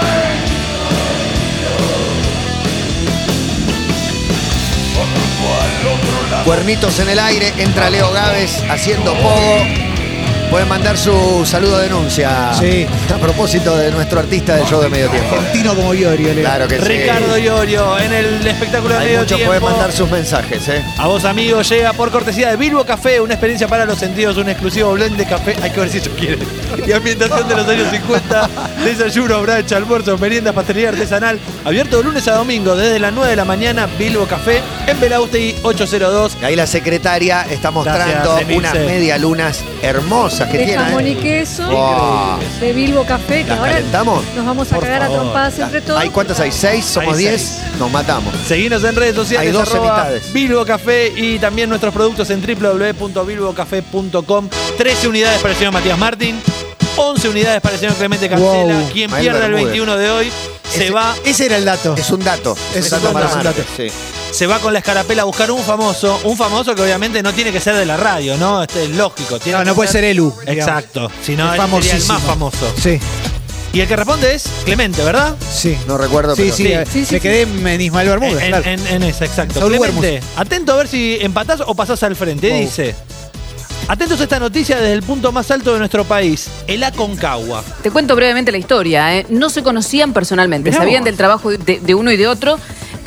[SPEAKER 7] por rumbo al otro lado.
[SPEAKER 2] Cuernitos en el aire, entra Leo Gávez haciendo pogo. Pueden mandar su saludo de denuncia.
[SPEAKER 4] Sí.
[SPEAKER 2] A propósito de nuestro artista del show de medio tiempo.
[SPEAKER 4] Argentino como Iorio, Leo.
[SPEAKER 2] Claro que sí.
[SPEAKER 3] Ricardo Iorio en el espectáculo de
[SPEAKER 2] Hay
[SPEAKER 3] medio
[SPEAKER 2] muchos
[SPEAKER 3] tiempo.
[SPEAKER 2] pueden mandar sus mensajes, ¿eh?
[SPEAKER 3] A vos, amigos, llega por cortesía de Bilbo Café, una experiencia para los sentidos, un exclusivo blend de café. Hay que ver si ellos quieren. Y ambientación de los años 50, desayuno, bracha, almuerzo, merienda, pastelería artesanal. Abierto de lunes a domingo, desde las 9 de la mañana, Bilbo Café, en Belaustegui 802.
[SPEAKER 2] Ahí la secretaria está mostrando
[SPEAKER 3] Denise.
[SPEAKER 2] unas medialunas hermosas que
[SPEAKER 5] De
[SPEAKER 2] tiene.
[SPEAKER 5] jamón y
[SPEAKER 2] ¿eh?
[SPEAKER 5] queso,
[SPEAKER 2] Wow.
[SPEAKER 5] de Bilbo Café, que
[SPEAKER 2] ¿Las
[SPEAKER 5] ahora
[SPEAKER 2] calentamos?
[SPEAKER 5] nos vamos a
[SPEAKER 2] Por
[SPEAKER 5] cagar a
[SPEAKER 3] favor.
[SPEAKER 5] trompadas entre todos.
[SPEAKER 2] ¿Hay cuántas hay? ¿Seis? ¿Somos
[SPEAKER 3] Hay
[SPEAKER 2] diez?
[SPEAKER 3] seis.
[SPEAKER 2] Nos matamos.
[SPEAKER 3] Seguinos en redes sociales.
[SPEAKER 2] Hay doce
[SPEAKER 3] arroba
[SPEAKER 2] mitades.
[SPEAKER 3] Bilbo Café y también nuestros productos en www.bilbocafé.com. 13 unidades para el señor Matías Martín, 11 unidades para el señor Clemente Cancela.
[SPEAKER 4] Wow.
[SPEAKER 3] Quien
[SPEAKER 2] Ahí
[SPEAKER 3] pierda el
[SPEAKER 2] Bermúdez.
[SPEAKER 3] 21 de hoy se va
[SPEAKER 4] Ese era el dato.
[SPEAKER 2] Es un dato.
[SPEAKER 4] Es
[SPEAKER 2] un dato
[SPEAKER 4] un
[SPEAKER 2] para
[SPEAKER 4] dato, es un
[SPEAKER 2] Marte,
[SPEAKER 4] dato.
[SPEAKER 2] sí.
[SPEAKER 3] se va con la escarapela a buscar un famoso, un famoso que obviamente no tiene que ser de la radio, ¿no? Este es lógico. tiene
[SPEAKER 4] No,
[SPEAKER 3] que
[SPEAKER 4] no puede ser Elu. digamos.
[SPEAKER 3] Exacto, si no, él sería
[SPEAKER 4] Es
[SPEAKER 3] el
[SPEAKER 4] famosísimo.
[SPEAKER 3] más famoso.
[SPEAKER 4] Sí,
[SPEAKER 3] Y el que responde es Clemente, ¿verdad?
[SPEAKER 4] sí.
[SPEAKER 2] No recuerdo,
[SPEAKER 4] Sí,
[SPEAKER 2] pero-
[SPEAKER 4] sí,
[SPEAKER 3] Sí,
[SPEAKER 4] eh,
[SPEAKER 5] sí,
[SPEAKER 4] me
[SPEAKER 5] sí,
[SPEAKER 4] quedé en Ismael Bermúdez,
[SPEAKER 3] en,
[SPEAKER 4] claro.
[SPEAKER 3] en- en esa, exacto.
[SPEAKER 4] Saúl
[SPEAKER 3] Clemente, atento a ver si empatás o pasás al frente.
[SPEAKER 4] Wow.
[SPEAKER 3] Dice, atentos a esta noticia desde el punto más alto de nuestro país, el Aconcagua.
[SPEAKER 9] Te cuento brevemente la historia. ¿eh? No se conocían personalmente,
[SPEAKER 3] Mirá
[SPEAKER 9] sabían
[SPEAKER 3] vos.
[SPEAKER 9] del trabajo de, de uno y de otro.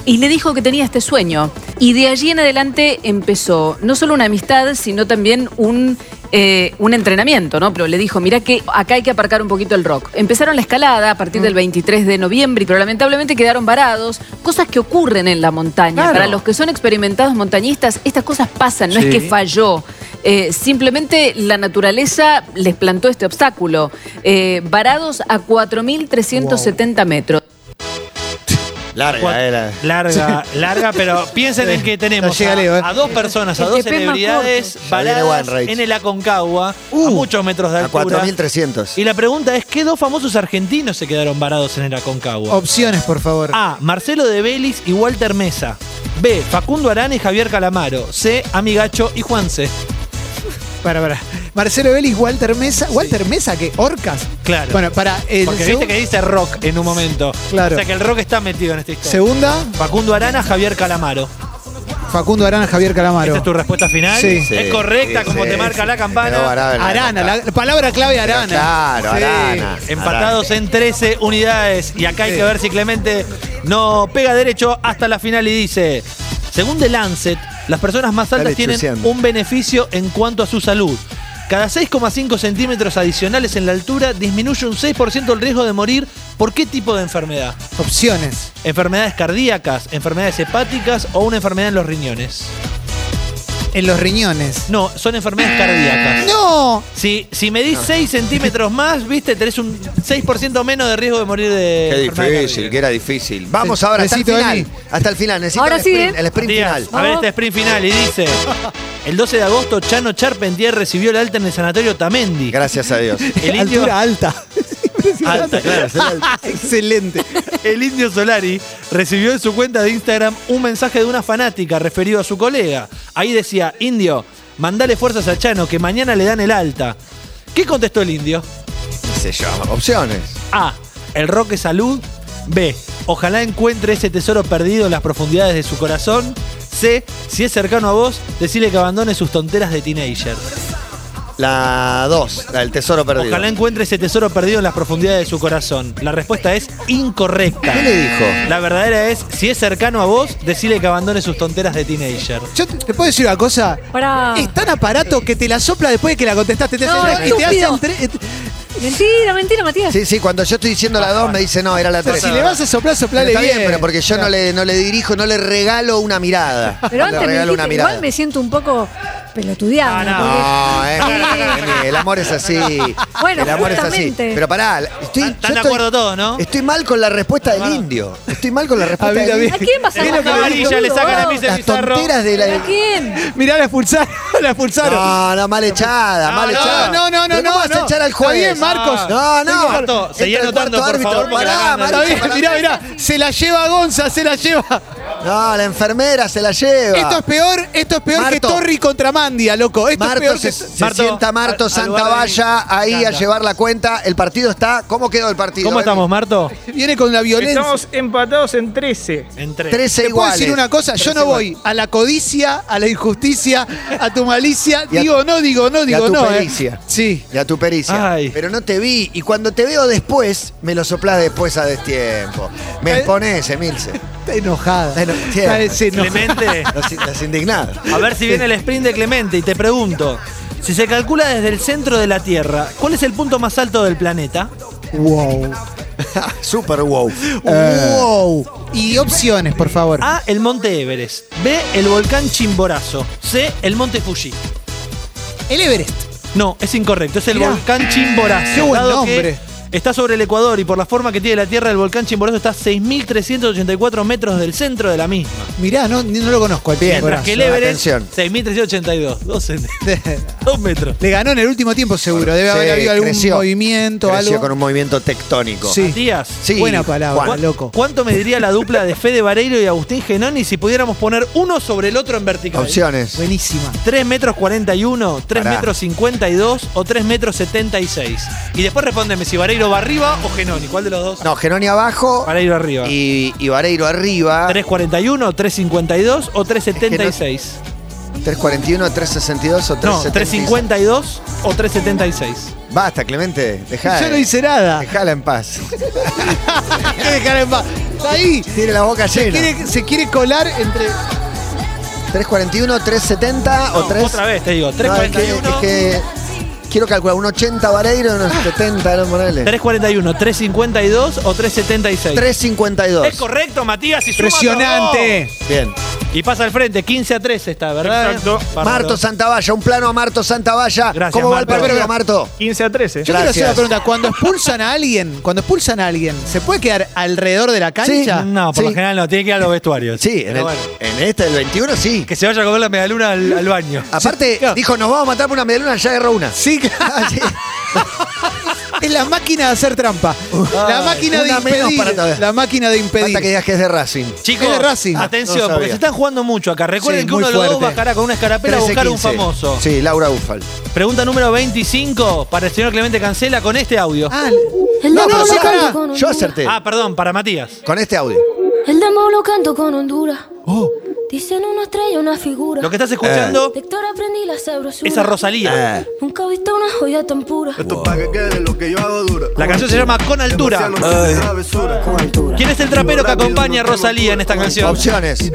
[SPEAKER 9] Y le dijo que tenía este sueño. Y de allí en adelante empezó no solo una amistad, sino también un, eh, un entrenamiento, ¿no? Pero le dijo, mirá que acá hay que aparcar un poquito el rock. Empezaron la escalada a partir del
[SPEAKER 3] Mm.
[SPEAKER 9] 23 de noviembre, pero lamentablemente quedaron varados. Cosas que ocurren en la montaña.
[SPEAKER 3] Claro.
[SPEAKER 9] Para los que son experimentados montañistas, estas cosas pasan, no
[SPEAKER 3] Sí.
[SPEAKER 9] es que falló. Eh, simplemente la naturaleza les plantó este obstáculo. Eh, varados a 4.370 metros.
[SPEAKER 2] Larga, eh, la-
[SPEAKER 3] Larga, larga, pero piensen en que tenemos
[SPEAKER 4] llega
[SPEAKER 3] a,
[SPEAKER 4] Leo, eh.
[SPEAKER 3] a dos personas, a
[SPEAKER 5] El
[SPEAKER 3] dos
[SPEAKER 5] que pez más
[SPEAKER 3] celebridades
[SPEAKER 2] corto. Ya viene
[SPEAKER 3] varadas
[SPEAKER 2] Wainwright.
[SPEAKER 3] en el Aconcagua,
[SPEAKER 4] Uh.
[SPEAKER 3] a muchos metros de
[SPEAKER 2] A
[SPEAKER 3] altura.
[SPEAKER 2] 4.300.
[SPEAKER 3] Y la pregunta es, ¿qué dos famosos argentinos se quedaron varados en el Aconcagua?
[SPEAKER 4] Opciones, por favor.
[SPEAKER 3] A. Marcelo de Vélez y Walter Mesa. B. Facundo Arán y Javier Calamaro. C. Amigacho y Juanse.
[SPEAKER 4] Para, para. Marcelo Vélez, Walter Mesa. Walter Mesa, que orcas.
[SPEAKER 3] Claro.
[SPEAKER 4] Bueno, para. eh,
[SPEAKER 3] Porque
[SPEAKER 4] segun-
[SPEAKER 3] viste que dice rock en un momento.
[SPEAKER 4] Claro.
[SPEAKER 3] O sea que el rock está metido en esta historia.
[SPEAKER 4] Segunda,
[SPEAKER 3] Facundo Arana, Javier Calamaro.
[SPEAKER 4] Facundo Arana, Javier Calamaro.
[SPEAKER 3] ¿Esa es tu respuesta final?
[SPEAKER 4] Sí.
[SPEAKER 2] Sí,
[SPEAKER 3] es correcta,
[SPEAKER 2] sí,
[SPEAKER 3] como
[SPEAKER 2] sí,
[SPEAKER 3] te marca
[SPEAKER 2] sí.
[SPEAKER 3] la
[SPEAKER 2] Quedó
[SPEAKER 3] campana.
[SPEAKER 2] varada en la
[SPEAKER 4] Arana,
[SPEAKER 2] boca.
[SPEAKER 4] la, la palabra clave Arana.
[SPEAKER 2] Claro, Arana.
[SPEAKER 3] Empatados en 13 unidades. Y acá hay que ver si Clemente no pega derecho hasta la final y dice: Según The Lancet, las personas más altas
[SPEAKER 2] Dale,
[SPEAKER 3] tienen
[SPEAKER 2] chuseando.
[SPEAKER 3] un beneficio en cuanto a su salud. Cada 6,5 centímetros adicionales en la altura disminuye un 6% el riesgo de morir. ¿Por qué tipo de enfermedad?
[SPEAKER 4] Opciones.
[SPEAKER 3] ¿Enfermedades cardíacas, enfermedades hepáticas o una enfermedad en los riñones?
[SPEAKER 4] En los riñones.
[SPEAKER 3] No, son enfermedades cardíacas.
[SPEAKER 4] ¡No!
[SPEAKER 3] Si, si medís 6 centímetros más, viste, tenés un 6% menos de riesgo de morir de.
[SPEAKER 2] Qué
[SPEAKER 3] enfermedad
[SPEAKER 2] difícil, que
[SPEAKER 3] cardíaca.
[SPEAKER 2] era difícil. Vamos ahora hasta el
[SPEAKER 4] Necesito,
[SPEAKER 2] final.
[SPEAKER 4] Emi.
[SPEAKER 2] Hasta el final. Necesito
[SPEAKER 5] Ahora
[SPEAKER 2] el
[SPEAKER 5] sí,
[SPEAKER 2] sprint,
[SPEAKER 5] ¿eh?
[SPEAKER 2] el sprint
[SPEAKER 3] Matías,
[SPEAKER 2] final.
[SPEAKER 3] A ver este sprint final y dice. El 12 de agosto, Chano Charpentier recibió el alta en el sanatorio Tamendi.
[SPEAKER 2] Gracias a Dios.
[SPEAKER 3] El indio,
[SPEAKER 4] Altura alta. Impresionante.
[SPEAKER 3] Alta, claro, sí.
[SPEAKER 4] Excelente.
[SPEAKER 3] El indio Solari recibió en su cuenta de Instagram un mensaje de una fanática referido a su colega. Ahí decía, indio, mandale fuerzas a Chano que mañana le dan el alta. ¿Qué contestó el indio?
[SPEAKER 2] No sé yo. Opciones.
[SPEAKER 3] A. El rock es salud. B. Ojalá encuentre ese tesoro perdido en las profundidades de su corazón. C. Si es cercano a vos, decile que abandone sus tonteras de teenager.
[SPEAKER 2] La 2, la del tesoro perdido.
[SPEAKER 3] Ojalá encuentre ese tesoro perdido en las profundidades de su corazón. La respuesta es incorrecta.
[SPEAKER 2] ¿Qué le dijo?
[SPEAKER 3] La verdadera es, si es cercano a vos, decile que abandone sus tonteras de teenager.
[SPEAKER 4] Yo te, te puedo decir una cosa.
[SPEAKER 5] Pará.
[SPEAKER 4] Es tan aparato que te la sopla después de que la contestaste. Te
[SPEAKER 5] No,
[SPEAKER 4] hace- y te hace
[SPEAKER 5] estúpido.
[SPEAKER 4] entre-
[SPEAKER 5] Mentira, mentira, Matías.
[SPEAKER 2] Sí, sí, cuando yo estoy diciendo la 2 me dice no, era la 3.
[SPEAKER 4] si le vas a soplar, soplale
[SPEAKER 2] Está bien,
[SPEAKER 4] bien.
[SPEAKER 2] pero porque yo no le, no le dirijo, no le regalo una mirada.
[SPEAKER 5] Pero antes
[SPEAKER 2] le
[SPEAKER 5] me
[SPEAKER 2] regalo
[SPEAKER 5] dijiste,
[SPEAKER 2] una mirada.
[SPEAKER 5] igual me siento un poco pelotudeada.
[SPEAKER 3] Ah, no.
[SPEAKER 5] porque-
[SPEAKER 2] No, Emi, Emi, el amor es así.
[SPEAKER 5] Bueno,
[SPEAKER 2] el amor es así.
[SPEAKER 5] justamente.
[SPEAKER 2] Pero pará, estoy,
[SPEAKER 3] Están-
[SPEAKER 2] yo
[SPEAKER 3] están de
[SPEAKER 2] estoy-
[SPEAKER 3] acuerdo todos, ¿no?
[SPEAKER 2] Estoy mal con la respuesta del indio. Estoy mal con la respuesta
[SPEAKER 4] mí
[SPEAKER 2] del
[SPEAKER 4] también.
[SPEAKER 5] ¿A
[SPEAKER 2] indio.
[SPEAKER 5] quién vas a
[SPEAKER 3] Es lo que
[SPEAKER 5] matar,
[SPEAKER 3] le dije, ya le
[SPEAKER 5] boludo?
[SPEAKER 3] sacan a mí.
[SPEAKER 2] Las
[SPEAKER 3] Bizarro.
[SPEAKER 2] tonteras de la.
[SPEAKER 5] ¿A quién?
[SPEAKER 4] Mirá, la expulsaron. La expulsaron.
[SPEAKER 2] No, no, mal echada, mal
[SPEAKER 3] no,
[SPEAKER 2] echada.
[SPEAKER 4] no, no, no,
[SPEAKER 2] Pero ¿Cómo
[SPEAKER 4] no,
[SPEAKER 2] vas a
[SPEAKER 4] no.
[SPEAKER 2] echar al
[SPEAKER 4] Está
[SPEAKER 2] juez?
[SPEAKER 4] bien, Marcos.
[SPEAKER 2] No, no.
[SPEAKER 3] Marto,
[SPEAKER 2] Entra
[SPEAKER 3] seguí
[SPEAKER 2] el cuarto
[SPEAKER 3] anotando, por
[SPEAKER 2] árbitro.
[SPEAKER 3] favor, porque la
[SPEAKER 2] Pará,
[SPEAKER 3] gana.
[SPEAKER 4] Está
[SPEAKER 2] Marito,
[SPEAKER 4] bien,
[SPEAKER 2] pará.
[SPEAKER 4] Ah, mirá, mirá. Se la lleva Gonza, se la lleva.
[SPEAKER 2] No, la enfermera se la lleva.
[SPEAKER 4] Esto es peor, esto es peor que
[SPEAKER 2] Marto.
[SPEAKER 4] Torri contra Mandia, loco. Esto es
[SPEAKER 2] Marto
[SPEAKER 4] peor
[SPEAKER 2] se,
[SPEAKER 4] que.
[SPEAKER 2] se
[SPEAKER 3] Marto,
[SPEAKER 2] sienta Marto
[SPEAKER 3] al- al
[SPEAKER 2] Santa
[SPEAKER 3] lugar de-
[SPEAKER 2] Valla ahí a
[SPEAKER 3] Encanta.
[SPEAKER 2] llevar la cuenta. El partido está. ¿Cómo quedó el partido? Eh,
[SPEAKER 3] ¿Cómo
[SPEAKER 2] Emi?
[SPEAKER 3] estamos, Marto?
[SPEAKER 4] Viene con la violencia.
[SPEAKER 10] Estamos empatados en 13.
[SPEAKER 3] Entre.
[SPEAKER 4] Te
[SPEAKER 2] 13
[SPEAKER 4] puedo
[SPEAKER 2] iguales.
[SPEAKER 4] decir una cosa, yo no voy a la codicia, a la injusticia, a tu malicia.
[SPEAKER 2] Y a-
[SPEAKER 4] Digo no, digo no,
[SPEAKER 2] y a
[SPEAKER 4] digo
[SPEAKER 2] tu
[SPEAKER 4] no. eh.
[SPEAKER 2] pericia.
[SPEAKER 4] Sí.
[SPEAKER 2] Y a tu pericia.
[SPEAKER 3] Ay.
[SPEAKER 2] Pero no te vi. Y cuando te veo después, me lo soplás después a destiempo. Me
[SPEAKER 4] Eh.
[SPEAKER 2] exponés, Emilce.
[SPEAKER 4] Está enojada.
[SPEAKER 2] Está eno-
[SPEAKER 4] Está ese eno-
[SPEAKER 3] Clemente.
[SPEAKER 2] Las, las indignadas.
[SPEAKER 3] A ver si viene el sprint de Clemente y te pregunto. Si se calcula desde el centro de la Tierra, ¿cuál es el punto más alto del planeta?
[SPEAKER 4] Wow.
[SPEAKER 2] Super wow. Eh.
[SPEAKER 4] Wow. Y opciones, por favor.
[SPEAKER 2] Ah.
[SPEAKER 3] A. El monte Everest. B. El volcán Chimborazo. C. El monte Fuji.
[SPEAKER 4] El Everest.
[SPEAKER 3] No, es incorrecto. Es el
[SPEAKER 4] Mirá.
[SPEAKER 3] volcán Chimborazo.
[SPEAKER 4] Qué buen
[SPEAKER 3] dado que
[SPEAKER 4] nombre.
[SPEAKER 3] Está sobre el Ecuador y por la forma que tiene la Tierra, el volcán Chimborazo está a 6.384 metros del centro de la misma.
[SPEAKER 4] Mirá, no, ni- no lo conozco al
[SPEAKER 2] Bien.
[SPEAKER 3] Mientras
[SPEAKER 4] Chimborazo.
[SPEAKER 3] que el Everest,
[SPEAKER 2] atención.
[SPEAKER 3] 6.382. 12, 2 metros.
[SPEAKER 4] Le ganó en el último tiempo seguro. Debe
[SPEAKER 2] Sí,
[SPEAKER 4] haber habido algún
[SPEAKER 2] creció.
[SPEAKER 4] movimiento,
[SPEAKER 2] Creció
[SPEAKER 4] algo.
[SPEAKER 2] con un movimiento tectónico.
[SPEAKER 4] Sí.
[SPEAKER 3] Matías,
[SPEAKER 2] Sí.
[SPEAKER 4] Buena palabra,
[SPEAKER 3] ¿cuá-
[SPEAKER 2] Juan.
[SPEAKER 4] loco.
[SPEAKER 3] ¿cuánto mediría la dupla de Fede Vareiro y Agustín Genoni si pudiéramos poner uno sobre el otro en vertical?
[SPEAKER 2] Opciones.
[SPEAKER 4] Buenísima.
[SPEAKER 3] 3 metros 41, 3
[SPEAKER 2] Pará.
[SPEAKER 3] metros 52 o 3 metros 76. Y después respóndeme si Vareiro va arriba o Genoni. ¿Cuál de los dos?
[SPEAKER 2] No, Geroni abajo
[SPEAKER 3] Vareiro arriba.
[SPEAKER 2] y, y Vareiro arriba.
[SPEAKER 3] 341, 352 o 376.
[SPEAKER 2] 341, 362 o 376.
[SPEAKER 3] No, 352 o 376.
[SPEAKER 2] Basta, Clemente. Dejá.
[SPEAKER 4] Yo no hice nada.
[SPEAKER 2] Dejala en paz.
[SPEAKER 4] Hay que dejar en paz. Está ahí.
[SPEAKER 2] Tiene la boca
[SPEAKER 4] Se
[SPEAKER 2] llena.
[SPEAKER 4] quiere, se quiere colar entre.
[SPEAKER 2] 341, 370
[SPEAKER 3] No,
[SPEAKER 2] o 3.
[SPEAKER 3] Otra vez te digo,
[SPEAKER 2] No, es que-
[SPEAKER 3] 341.
[SPEAKER 2] es que quiero calcular, un 80 Vareiro, unos 70, no ponele.
[SPEAKER 3] 341, 352 o 376.
[SPEAKER 2] 352.
[SPEAKER 3] Es correcto, Matías. Y suma
[SPEAKER 4] Impresionante.
[SPEAKER 2] Bien.
[SPEAKER 3] todo. Y pasa al frente, 15 a 3 está, ¿verdad?
[SPEAKER 10] Exacto.
[SPEAKER 3] Bárbaro.
[SPEAKER 2] Marto Santavalla, un plano a Marto Santavalla.
[SPEAKER 3] Gracias,
[SPEAKER 2] ¿Cómo va el
[SPEAKER 3] Marto.
[SPEAKER 2] partido, Marto?
[SPEAKER 10] 15 a 13.
[SPEAKER 4] Yo quiero hacer
[SPEAKER 2] Gracias.
[SPEAKER 4] una pregunta. Cuando expulsan a alguien, cuando expulsan a alguien, ¿se puede quedar alrededor de la cancha?
[SPEAKER 3] No, por lo
[SPEAKER 2] Sí.
[SPEAKER 3] general no, tiene que ir a los vestuarios.
[SPEAKER 2] Sí, en,
[SPEAKER 3] Pero
[SPEAKER 2] el-
[SPEAKER 3] bueno,
[SPEAKER 2] en este del 21 sí.
[SPEAKER 3] que se vaya a comer la medialuna al, al baño.
[SPEAKER 2] Aparte,
[SPEAKER 4] claro.
[SPEAKER 2] dijo, nos vamos a matar por una medialuna, ya agarró una. Ah,
[SPEAKER 4] Sí, claro. Es la máquina de hacer trampa.
[SPEAKER 2] Ah.
[SPEAKER 4] la máquina de
[SPEAKER 2] una menos
[SPEAKER 4] impedir.
[SPEAKER 2] para todavía.
[SPEAKER 4] la máquina de impedir.
[SPEAKER 2] Hasta que digas que es de Racing.
[SPEAKER 3] Chicos,
[SPEAKER 4] Es de Racing.
[SPEAKER 3] atención,
[SPEAKER 2] No sabía.
[SPEAKER 3] porque se están jugando mucho acá. Recuerden
[SPEAKER 4] Sí,
[SPEAKER 3] que
[SPEAKER 4] muy
[SPEAKER 3] uno de los dos
[SPEAKER 4] fuerte.
[SPEAKER 3] bajará con una escarapela a
[SPEAKER 2] 13,
[SPEAKER 3] buscar un
[SPEAKER 2] 15.
[SPEAKER 3] famoso.
[SPEAKER 2] Sí, Laura Ufal.
[SPEAKER 3] Pregunta número 25 para el señor Clemente Cancela con este audio.
[SPEAKER 4] Ah,
[SPEAKER 2] No, pero sí, pará, yo acerté.
[SPEAKER 3] Ah, perdón, para Matías.
[SPEAKER 2] Con este audio.
[SPEAKER 7] El demo lo canto con Honduras.
[SPEAKER 4] oh,
[SPEAKER 7] Dicen una estrella, una figura.
[SPEAKER 3] Lo que estás escuchando
[SPEAKER 2] Eh.
[SPEAKER 7] Lector aprendí la sabrosura.
[SPEAKER 3] es a Rosalía.
[SPEAKER 2] Ah,
[SPEAKER 7] Nunca he visto una joya tan pura.
[SPEAKER 3] La canción se llama Con Altura. ¿Quién es el trapero que acompaña a Rosalía en esta canción?
[SPEAKER 2] opciones.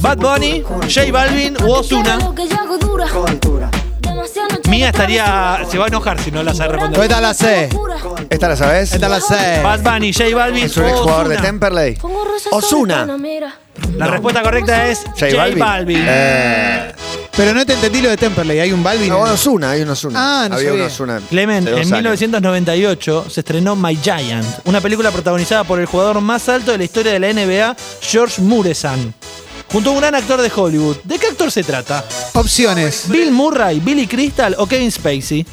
[SPEAKER 3] Bad Bunny, J Balvin u Ozuna.
[SPEAKER 7] que yo hago dura.
[SPEAKER 3] Mía estaría. Se va a enojar si no la sabe
[SPEAKER 4] ¿dónde
[SPEAKER 3] responder.
[SPEAKER 4] está la C?
[SPEAKER 2] ¿Esta la sabes?
[SPEAKER 4] Esta la C.
[SPEAKER 3] Bad Bunny, J Balvin
[SPEAKER 2] Es un
[SPEAKER 3] u
[SPEAKER 2] ex jugador de
[SPEAKER 3] Ozuna.
[SPEAKER 2] Temperley. Osuna.
[SPEAKER 3] La respuesta correcta es
[SPEAKER 2] J Balvin. Eh,
[SPEAKER 4] Pero no te entendí lo de Temperley. Hay un Balvin.
[SPEAKER 2] no, Osuna, hay un Osuna.
[SPEAKER 4] Ah, no
[SPEAKER 2] Había un
[SPEAKER 4] sabía.
[SPEAKER 2] Osuna.
[SPEAKER 3] Clement,
[SPEAKER 2] de dos
[SPEAKER 3] en
[SPEAKER 2] años.
[SPEAKER 3] 1998 se estrenó My Giant, una película protagonizada por el jugador más alto de la historia de la NBA, George Muresan. Junto a un gran actor de Hollywood. ¿De qué actor se trata?
[SPEAKER 4] Opciones.
[SPEAKER 3] ¿Bill Murray, Billy Crystal o Kevin Spacey?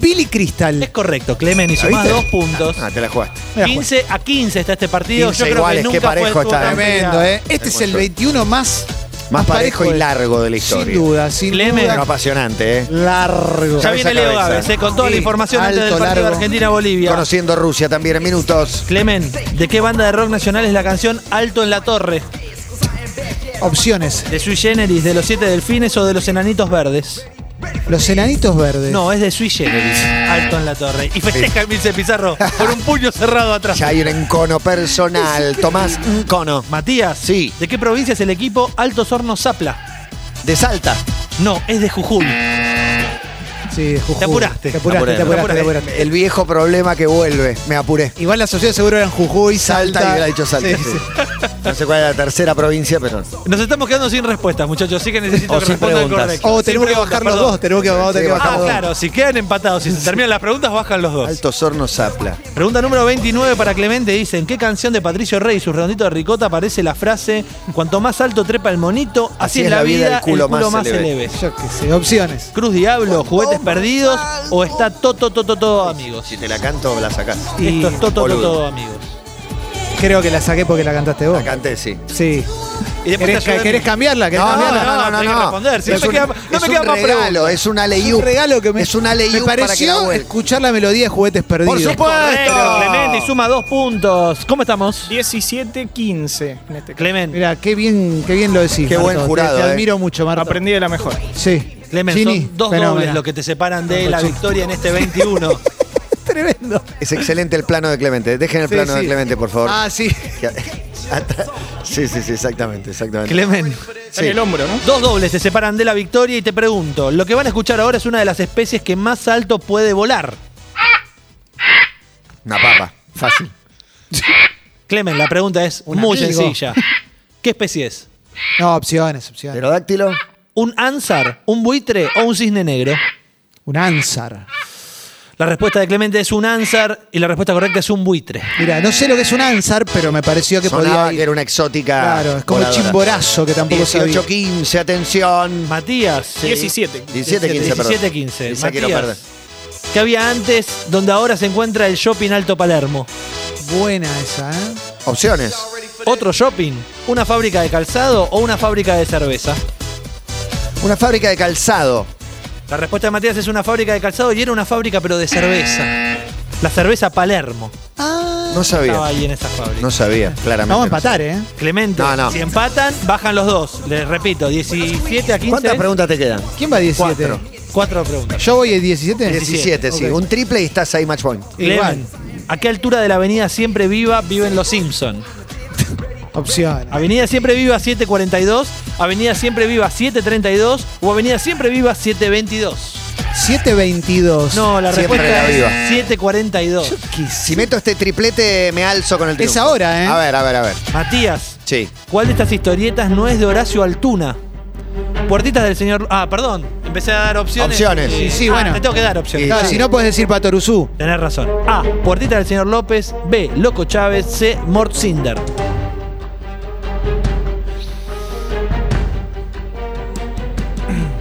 [SPEAKER 4] Billy Crystal.
[SPEAKER 3] Es correcto, Clemen hizo
[SPEAKER 2] ¿La
[SPEAKER 3] más
[SPEAKER 2] viste?
[SPEAKER 3] dos puntos.
[SPEAKER 2] Ah, te la jugaste.
[SPEAKER 4] Me la
[SPEAKER 3] 15 a 15 está este partido.
[SPEAKER 2] 15
[SPEAKER 3] Yo creo
[SPEAKER 2] iguales,
[SPEAKER 3] que
[SPEAKER 2] qué
[SPEAKER 3] nunca
[SPEAKER 2] parejo
[SPEAKER 3] fue
[SPEAKER 2] está.
[SPEAKER 3] tan
[SPEAKER 4] Tremendo,
[SPEAKER 3] peleado.
[SPEAKER 4] ¿eh? Este es el
[SPEAKER 2] Hermoso.
[SPEAKER 4] 21 más.
[SPEAKER 2] Más parejo y
[SPEAKER 4] de-
[SPEAKER 2] largo de la historia.
[SPEAKER 4] Sin duda, sin
[SPEAKER 3] Clemen.
[SPEAKER 2] Pero
[SPEAKER 4] duda.
[SPEAKER 2] apasionante, ¿eh?
[SPEAKER 4] Largo.
[SPEAKER 3] Ya
[SPEAKER 2] Cabeza
[SPEAKER 3] viene
[SPEAKER 2] a
[SPEAKER 3] Leo
[SPEAKER 2] cabeza.
[SPEAKER 3] Gávez, eh, con toda la
[SPEAKER 4] Sí,
[SPEAKER 3] información antes del
[SPEAKER 4] alto,
[SPEAKER 3] partido de
[SPEAKER 4] largo.
[SPEAKER 3] Argentina-Bolivia.
[SPEAKER 2] Conociendo Rusia también en minutos.
[SPEAKER 3] Clemen, ¿de qué banda de rock nacional es la canción Alto en la Torre?
[SPEAKER 4] Opciones.
[SPEAKER 3] ¿De Sui Generis, de los Siete Delfines o de los Enanitos Verdes?
[SPEAKER 4] Los enanitos verdes.
[SPEAKER 3] No, es de Sui Generis, Alto en la Torre. Y festeja Emilce Pizarro con un puño cerrado atrás.
[SPEAKER 2] Ya hay un encono personal. Tomás Encono.
[SPEAKER 3] Matías,
[SPEAKER 2] Sí.
[SPEAKER 3] ¿de qué provincia es el equipo Altos Hornos Zapla?
[SPEAKER 2] De Salta.
[SPEAKER 3] No, es de Jujuy.
[SPEAKER 4] Sí, Jujuy.
[SPEAKER 3] Te apuraste.
[SPEAKER 4] Te apuraste, te apuraste, te apuraste.
[SPEAKER 2] El viejo problema que vuelve. Me apuré.
[SPEAKER 4] Igual la sociedad seguro eran Jujuy,
[SPEAKER 2] Salta
[SPEAKER 4] Salta.
[SPEAKER 2] y hubiera dicho Salta.
[SPEAKER 4] Sí,
[SPEAKER 2] sí.
[SPEAKER 4] sí.
[SPEAKER 2] No sé cuál es la tercera provincia, pero.
[SPEAKER 3] Nos estamos quedando sin respuestas, muchachos, así que necesito
[SPEAKER 2] O
[SPEAKER 3] que
[SPEAKER 2] sin
[SPEAKER 3] respondan
[SPEAKER 2] preguntas.
[SPEAKER 3] correcto.
[SPEAKER 4] O Oh,
[SPEAKER 3] Sin
[SPEAKER 4] tenemos que
[SPEAKER 3] preguntas,
[SPEAKER 4] bajar los
[SPEAKER 3] perdón.
[SPEAKER 4] dos, tenemos que, vamos a tener que
[SPEAKER 2] Sí,
[SPEAKER 4] bajar
[SPEAKER 3] Ah,
[SPEAKER 4] los dos.
[SPEAKER 3] claro, si quedan empatados, si se terminan las preguntas, bajan los dos.
[SPEAKER 2] Altos hornos Zapla.
[SPEAKER 3] Pregunta número 29 para Clemente. Dice, ¿en qué canción de Patricio Rey y su redondito de ricota aparece la frase cuanto más alto trepa el monito, así, es la vida, el culo, más, se le ve?
[SPEAKER 4] Yo qué sé, opciones.
[SPEAKER 3] Cruz Diablo, juguetes perdidos o está toto toto todo amigos.
[SPEAKER 2] Si te la canto, la sacás.
[SPEAKER 3] Y esto es toto toto
[SPEAKER 2] Boludo.
[SPEAKER 3] todo amigos.
[SPEAKER 4] Creo que la saqué porque la cantaste vos.
[SPEAKER 2] La canté, sí.
[SPEAKER 4] Sí.
[SPEAKER 3] Y después
[SPEAKER 4] ¿Querés,
[SPEAKER 3] te ayudan-
[SPEAKER 4] querés cambiarla? ¿Querés
[SPEAKER 3] No, no,
[SPEAKER 4] cambiarla?
[SPEAKER 3] tenés que responder, si no
[SPEAKER 2] es
[SPEAKER 3] me
[SPEAKER 2] un,
[SPEAKER 3] queda- no me
[SPEAKER 2] es un
[SPEAKER 3] queda más
[SPEAKER 2] regalo,
[SPEAKER 3] preguntas.
[SPEAKER 2] es una
[SPEAKER 4] Es
[SPEAKER 2] ley
[SPEAKER 4] un regalo que me,
[SPEAKER 2] Es una ley
[SPEAKER 4] me
[SPEAKER 2] para que la
[SPEAKER 4] pareció
[SPEAKER 2] vuelva.
[SPEAKER 4] escuchar la melodía de juguetes perdidos.
[SPEAKER 2] Por supuesto.
[SPEAKER 3] Correcto, Clemente y suma dos puntos. ¿Cómo estamos?
[SPEAKER 10] 17-15 en este caso.
[SPEAKER 3] Clemente,
[SPEAKER 4] Mira, qué bien, qué bien lo decís.
[SPEAKER 2] Qué buen
[SPEAKER 4] Marto. Te-
[SPEAKER 2] jurado,
[SPEAKER 4] Te,
[SPEAKER 2] eh.
[SPEAKER 4] admiro mucho, Marta.
[SPEAKER 10] Aprendí de la mejor.
[SPEAKER 4] Sí.
[SPEAKER 3] Clemente,
[SPEAKER 4] Chini,
[SPEAKER 3] son dos
[SPEAKER 4] fenómeno.
[SPEAKER 3] dobles lo que te separan de la
[SPEAKER 4] Chini.
[SPEAKER 3] victoria en este 21.
[SPEAKER 4] Tremendo.
[SPEAKER 2] Es excelente el plano de Clemente. Dejen el
[SPEAKER 4] Sí,
[SPEAKER 2] plano de
[SPEAKER 4] sí.
[SPEAKER 2] Clemente, por favor.
[SPEAKER 4] Ah, sí.
[SPEAKER 2] Que- atrás- sí, sí, sí, exactamente, exactamente.
[SPEAKER 3] Clemente.
[SPEAKER 10] Está
[SPEAKER 2] Sí.
[SPEAKER 10] en el hombro, ¿no?
[SPEAKER 3] Dos dobles te separan de la victoria y te pregunto, lo que van a escuchar ahora es una de las especies que más alto puede volar.
[SPEAKER 2] Una papa. Fácil.
[SPEAKER 3] Clemen, la pregunta es
[SPEAKER 4] Un
[SPEAKER 3] muy
[SPEAKER 4] amigo.
[SPEAKER 3] sencilla. ¿Qué especie es?
[SPEAKER 4] No, opciones, opciones.
[SPEAKER 2] Pterodáctilo.
[SPEAKER 3] ¿Un ánsar, un buitre o un cisne negro?
[SPEAKER 4] Un Ansar.
[SPEAKER 3] La respuesta de Clemente es un ánsar y la respuesta correcta es un buitre.
[SPEAKER 4] Mira, no sé lo que es un Ansar, pero me pareció que
[SPEAKER 2] Sonaba
[SPEAKER 4] podía ir.
[SPEAKER 2] que era una exótica.
[SPEAKER 4] Claro, es como
[SPEAKER 2] voladora.
[SPEAKER 4] chimborazo que tampoco
[SPEAKER 2] 18,
[SPEAKER 4] sabía.
[SPEAKER 2] 15, atención.
[SPEAKER 3] Matías. eh,
[SPEAKER 10] 17.
[SPEAKER 2] 17, 15, perdón.
[SPEAKER 3] 17, 15.
[SPEAKER 2] Esa quiero perder.
[SPEAKER 3] Matías, ¿qué había antes donde ahora se encuentra el shopping Alto Palermo?
[SPEAKER 4] Buena esa, ¿eh?
[SPEAKER 2] Opciones.
[SPEAKER 3] ¿Otro shopping? ¿Una fábrica de calzado o una fábrica de cerveza?
[SPEAKER 2] Una fábrica de calzado.
[SPEAKER 3] La respuesta de Matías es una fábrica de calzado y era una fábrica pero de cerveza. La cerveza Palermo
[SPEAKER 2] No
[SPEAKER 3] estaba
[SPEAKER 2] sabía.
[SPEAKER 3] ahí en esa fábrica.
[SPEAKER 2] No sabía, claramente.
[SPEAKER 4] Vamos a empatar, ¿eh?
[SPEAKER 3] Clemente,
[SPEAKER 2] No, no.
[SPEAKER 3] si empatan, bajan los dos. Les repito, 17 a 15.
[SPEAKER 2] ¿Cuántas preguntas te quedan?
[SPEAKER 4] ¿Quién va a 17?
[SPEAKER 3] Cuatro. Cuatro preguntas.
[SPEAKER 4] ¿Yo voy a 17?
[SPEAKER 2] 17, sí.
[SPEAKER 4] Ok.
[SPEAKER 2] Un triple y estás ahí match point.
[SPEAKER 3] Clemen, ¿a qué altura de la avenida Siempre Viva viven los Simpson?
[SPEAKER 4] Opciones.
[SPEAKER 3] Avenida Siempre Viva 742, Avenida Siempre Viva 732 o Avenida Siempre Viva 722.
[SPEAKER 4] 722.
[SPEAKER 3] No, la
[SPEAKER 2] Siempre
[SPEAKER 3] respuesta
[SPEAKER 2] la
[SPEAKER 3] es
[SPEAKER 2] viva.
[SPEAKER 3] 742.
[SPEAKER 2] Si meto este triplete, me alzo con el triunfo.
[SPEAKER 4] Es ahora, ¿eh?
[SPEAKER 2] A ver, a ver, a ver.
[SPEAKER 3] Matías,
[SPEAKER 2] Sí.
[SPEAKER 3] ¿Cuál de estas historietas no es de Horacio Altuna? Puertitas del señor. Ah, perdón. Empecé a dar opciones.
[SPEAKER 2] Opciones.
[SPEAKER 3] Eh,
[SPEAKER 4] Sí, sí,
[SPEAKER 3] ah,
[SPEAKER 4] bueno.
[SPEAKER 3] Te tengo que dar opciones.
[SPEAKER 4] Claro, Si no, puedes decir Patoruzú.
[SPEAKER 3] Tenés razón. A. Puertita del señor López. B. Loco Chávez. C. Mort Cinder.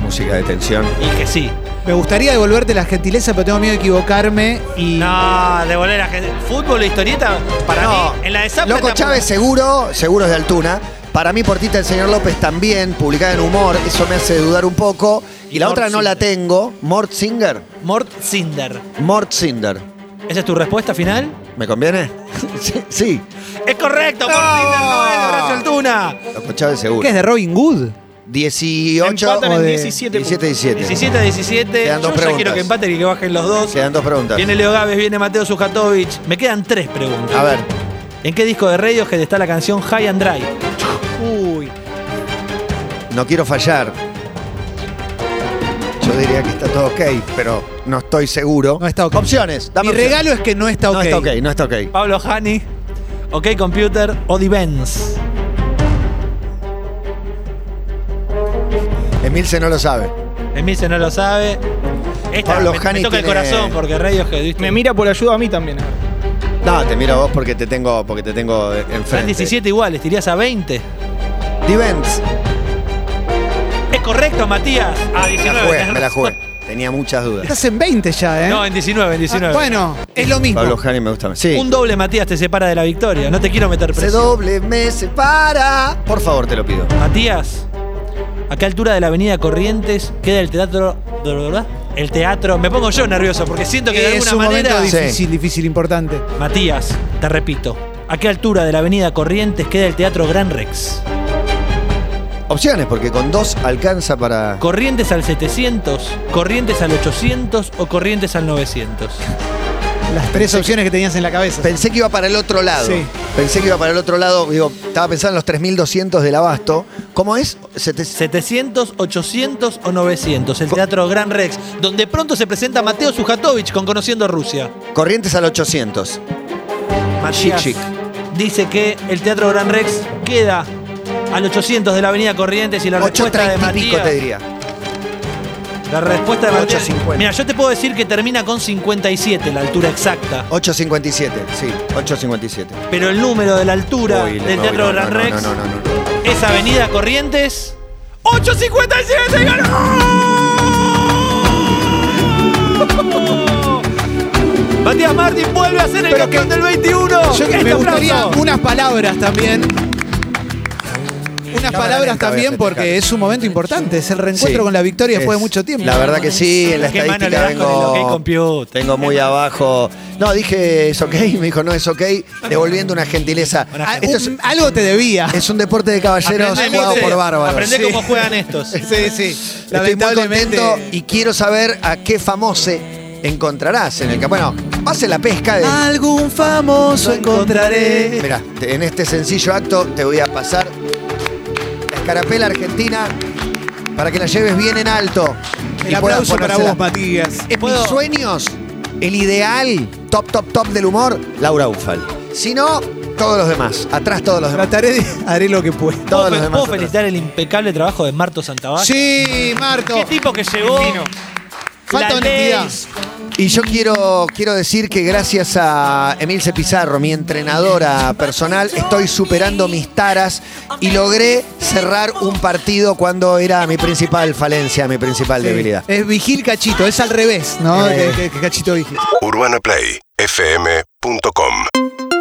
[SPEAKER 2] Música de tensión.
[SPEAKER 3] Y que sí.
[SPEAKER 4] Me gustaría devolverte la gentileza, pero tengo miedo de equivocarme y.
[SPEAKER 3] No, de volver a gente. Fútbol e historieta. Para mí, en la de Zapla
[SPEAKER 2] Loco
[SPEAKER 3] está-
[SPEAKER 2] Chávez seguro, seguro es de Altuna. Para mí, Portita del Señor López también, publicada en Humor, eso me hace dudar un poco. Y,
[SPEAKER 3] Y
[SPEAKER 2] la
[SPEAKER 3] Mort
[SPEAKER 2] otra no la
[SPEAKER 3] Singer.
[SPEAKER 2] tengo. Mort Singer.
[SPEAKER 3] Mort Cinder.
[SPEAKER 2] Mort Singer.
[SPEAKER 3] ¿Esa es tu respuesta final?
[SPEAKER 2] ¿Me conviene? sí, sí.
[SPEAKER 3] ¡Es correcto! Mort Cinder no es de Horacio Altuna.
[SPEAKER 2] Loco Chávez seguro.
[SPEAKER 4] ¿Qué es de Robin Good?
[SPEAKER 2] 18
[SPEAKER 10] Empatan
[SPEAKER 2] o
[SPEAKER 10] en
[SPEAKER 2] de-
[SPEAKER 10] 17
[SPEAKER 2] 17, 17.
[SPEAKER 3] 17 a 17.
[SPEAKER 2] Quedan
[SPEAKER 3] Yo
[SPEAKER 2] dos
[SPEAKER 3] ya
[SPEAKER 2] preguntas.
[SPEAKER 3] quiero que empaten y que bajen los dos.
[SPEAKER 2] Quedan dos preguntas.
[SPEAKER 3] Viene Leo Gávez, viene Mateo Sujatovic. Me quedan tres preguntas.
[SPEAKER 2] A ver.
[SPEAKER 3] ¿En qué disco de Radiohead está la canción High and Dry?
[SPEAKER 4] Uy.
[SPEAKER 2] No quiero fallar. Yo diría que está todo ok, pero no estoy seguro.
[SPEAKER 4] No está ok.
[SPEAKER 2] Opciones. Dame
[SPEAKER 4] Mi
[SPEAKER 2] opciones.
[SPEAKER 4] regalo es que no está ok.
[SPEAKER 2] No está ok, no está ok.
[SPEAKER 3] Pablo Hani, OK Computer o The Benz.
[SPEAKER 2] Emilce no lo sabe.
[SPEAKER 3] Emil se no lo sabe. Esta
[SPEAKER 2] Pablo
[SPEAKER 3] me, me
[SPEAKER 2] Hani
[SPEAKER 3] toca el
[SPEAKER 2] tiene-
[SPEAKER 3] corazón porque Radiohead, ¿viste?
[SPEAKER 10] Me mira por ayuda a mí también.
[SPEAKER 2] No, te miro a vos porque te tengo, porque te tengo eh,
[SPEAKER 3] Están
[SPEAKER 2] enfrente.
[SPEAKER 3] 17 iguales, tirías a 20.
[SPEAKER 2] Divens.
[SPEAKER 3] Es correcto, Matías. A
[SPEAKER 2] Me
[SPEAKER 3] 19.
[SPEAKER 2] la jugué,
[SPEAKER 3] tenés
[SPEAKER 4] Ah,
[SPEAKER 2] me la
[SPEAKER 3] razón.
[SPEAKER 2] jugué. Tenía muchas dudas.
[SPEAKER 4] Estás en 20 ya, ¿eh?
[SPEAKER 3] No, en 19, en 19.
[SPEAKER 4] Ah, bueno, es lo mismo.
[SPEAKER 2] Pablo Jani me gusta más. Sí.
[SPEAKER 3] Un doble Matías te separa de la victoria. No te quiero meter
[SPEAKER 2] Ese
[SPEAKER 3] preso.
[SPEAKER 2] doble me separa. Por favor, te lo pido.
[SPEAKER 3] Matías, ¿a qué altura de la avenida Corrientes queda el teatro? El teatro. Me pongo yo nervioso porque siento que de
[SPEAKER 4] es
[SPEAKER 3] alguna
[SPEAKER 4] un
[SPEAKER 3] manera.
[SPEAKER 4] momento difícil, difícil, importante.
[SPEAKER 3] Matías, te repito. ¿A qué altura de la avenida Corrientes queda el teatro Gran Rex?
[SPEAKER 2] Opciones, porque con dos alcanza para.
[SPEAKER 3] ¿Corrientes al 700, Corrientes al 800 o Corrientes al 900?
[SPEAKER 4] Las tres opciones que tenías en la cabeza.
[SPEAKER 2] Pensé que iba para el otro lado.
[SPEAKER 4] Sí.
[SPEAKER 2] Pensé que iba para el otro lado. Digo, estaba pensando en los 3200 del abasto. ¿Cómo es? Sete-
[SPEAKER 3] 700, 800 o 900, el Teatro Gran Rex, donde pronto se presenta Mateo Sujatovich con Conociendo Rusia.
[SPEAKER 2] Corrientes al 800.
[SPEAKER 3] Matías
[SPEAKER 2] Chic,
[SPEAKER 3] dice que el Teatro Gran Rex queda al 800 de la Avenida Corrientes y la respuesta de
[SPEAKER 2] 830 y pico,
[SPEAKER 3] Matías.
[SPEAKER 2] te diría.
[SPEAKER 3] La respuesta de Matías.
[SPEAKER 2] 850.
[SPEAKER 3] Mira, yo te puedo decir que termina con 57 la altura exacta,
[SPEAKER 2] 857, sí, 857.
[SPEAKER 3] pero el número de la altura
[SPEAKER 2] Uy,
[SPEAKER 3] del
[SPEAKER 2] no,
[SPEAKER 3] Teatro
[SPEAKER 2] no,
[SPEAKER 3] Gran
[SPEAKER 2] no,
[SPEAKER 3] Rex
[SPEAKER 2] No, no, no, no.
[SPEAKER 3] es Avenida Corrientes. 857 ganó. Matías Martín vuelve a ser el
[SPEAKER 4] Pero
[SPEAKER 3] campeón
[SPEAKER 4] que-
[SPEAKER 3] del 21.
[SPEAKER 4] Yo que
[SPEAKER 3] Este
[SPEAKER 4] me gustaría
[SPEAKER 3] aplauso.
[SPEAKER 4] unas palabras también. Unas palabras
[SPEAKER 2] lenta, voy a
[SPEAKER 4] también porque
[SPEAKER 2] festejar.
[SPEAKER 4] es un momento importante, es el reencuentro
[SPEAKER 2] Sí,
[SPEAKER 4] con la victoria después
[SPEAKER 2] es-
[SPEAKER 4] de mucho tiempo.
[SPEAKER 2] La verdad que sí, en la
[SPEAKER 3] ¿Qué mano le
[SPEAKER 2] estadística
[SPEAKER 3] das con el OK
[SPEAKER 2] vengo,
[SPEAKER 3] Compute?
[SPEAKER 2] vengo muy abajo. No, dije es ok, me dijo no es ok, devolviendo una gentileza.
[SPEAKER 3] Una
[SPEAKER 4] Ah,
[SPEAKER 2] Esto es,
[SPEAKER 4] un- algo te debía.
[SPEAKER 2] es un deporte de caballeros
[SPEAKER 3] Aprendé,
[SPEAKER 2] jugado
[SPEAKER 3] Mitre,
[SPEAKER 2] por bárbaros.
[SPEAKER 3] aprendé cómo juegan estos.
[SPEAKER 4] Sí, sí.
[SPEAKER 2] Estoy muy
[SPEAKER 4] Lamentablemente.
[SPEAKER 2] contento y quiero saber a qué famoso encontrarás en el campo. Bueno, pase la pesca
[SPEAKER 4] Ah,
[SPEAKER 2] de...
[SPEAKER 4] Algún famoso encontraré.
[SPEAKER 2] Mirá, te- en este sencillo acto te voy a pasar la escarapela argentina para que la lleves bien en alto. y
[SPEAKER 4] El
[SPEAKER 2] puedas
[SPEAKER 4] aplauso para
[SPEAKER 2] ponérsela.
[SPEAKER 4] vos, Matías.
[SPEAKER 2] Es
[SPEAKER 3] ¿Puedo?
[SPEAKER 2] mis sueños, el ideal, top, top, top del humor, Laura Ufal. Si no, todos los demás. Atrás todos los demás.
[SPEAKER 4] Trataré de. Haré lo que pueda.
[SPEAKER 2] Todos
[SPEAKER 3] ¿Puedo,
[SPEAKER 2] los
[SPEAKER 3] fe-
[SPEAKER 2] demás.
[SPEAKER 3] puedo felicitar el impecable trabajo de Marto Santabás?
[SPEAKER 4] Sí, Marto.
[SPEAKER 3] Qué tipo que llegó.
[SPEAKER 4] Falta
[SPEAKER 3] La
[SPEAKER 4] honestidad.
[SPEAKER 3] ley. Eh,
[SPEAKER 2] Y yo quiero, quiero decir que gracias a Emilce Pizarro, mi entrenadora personal, estoy superando mis taras y logré cerrar un partido cuando era mi principal falencia, mi principal debilidad.
[SPEAKER 4] Es Vigil Cachito, es al revés, ¿no?
[SPEAKER 2] Eh.
[SPEAKER 4] Que- que- que Cachito Vigil.
[SPEAKER 7] UrbanaPlayFM.com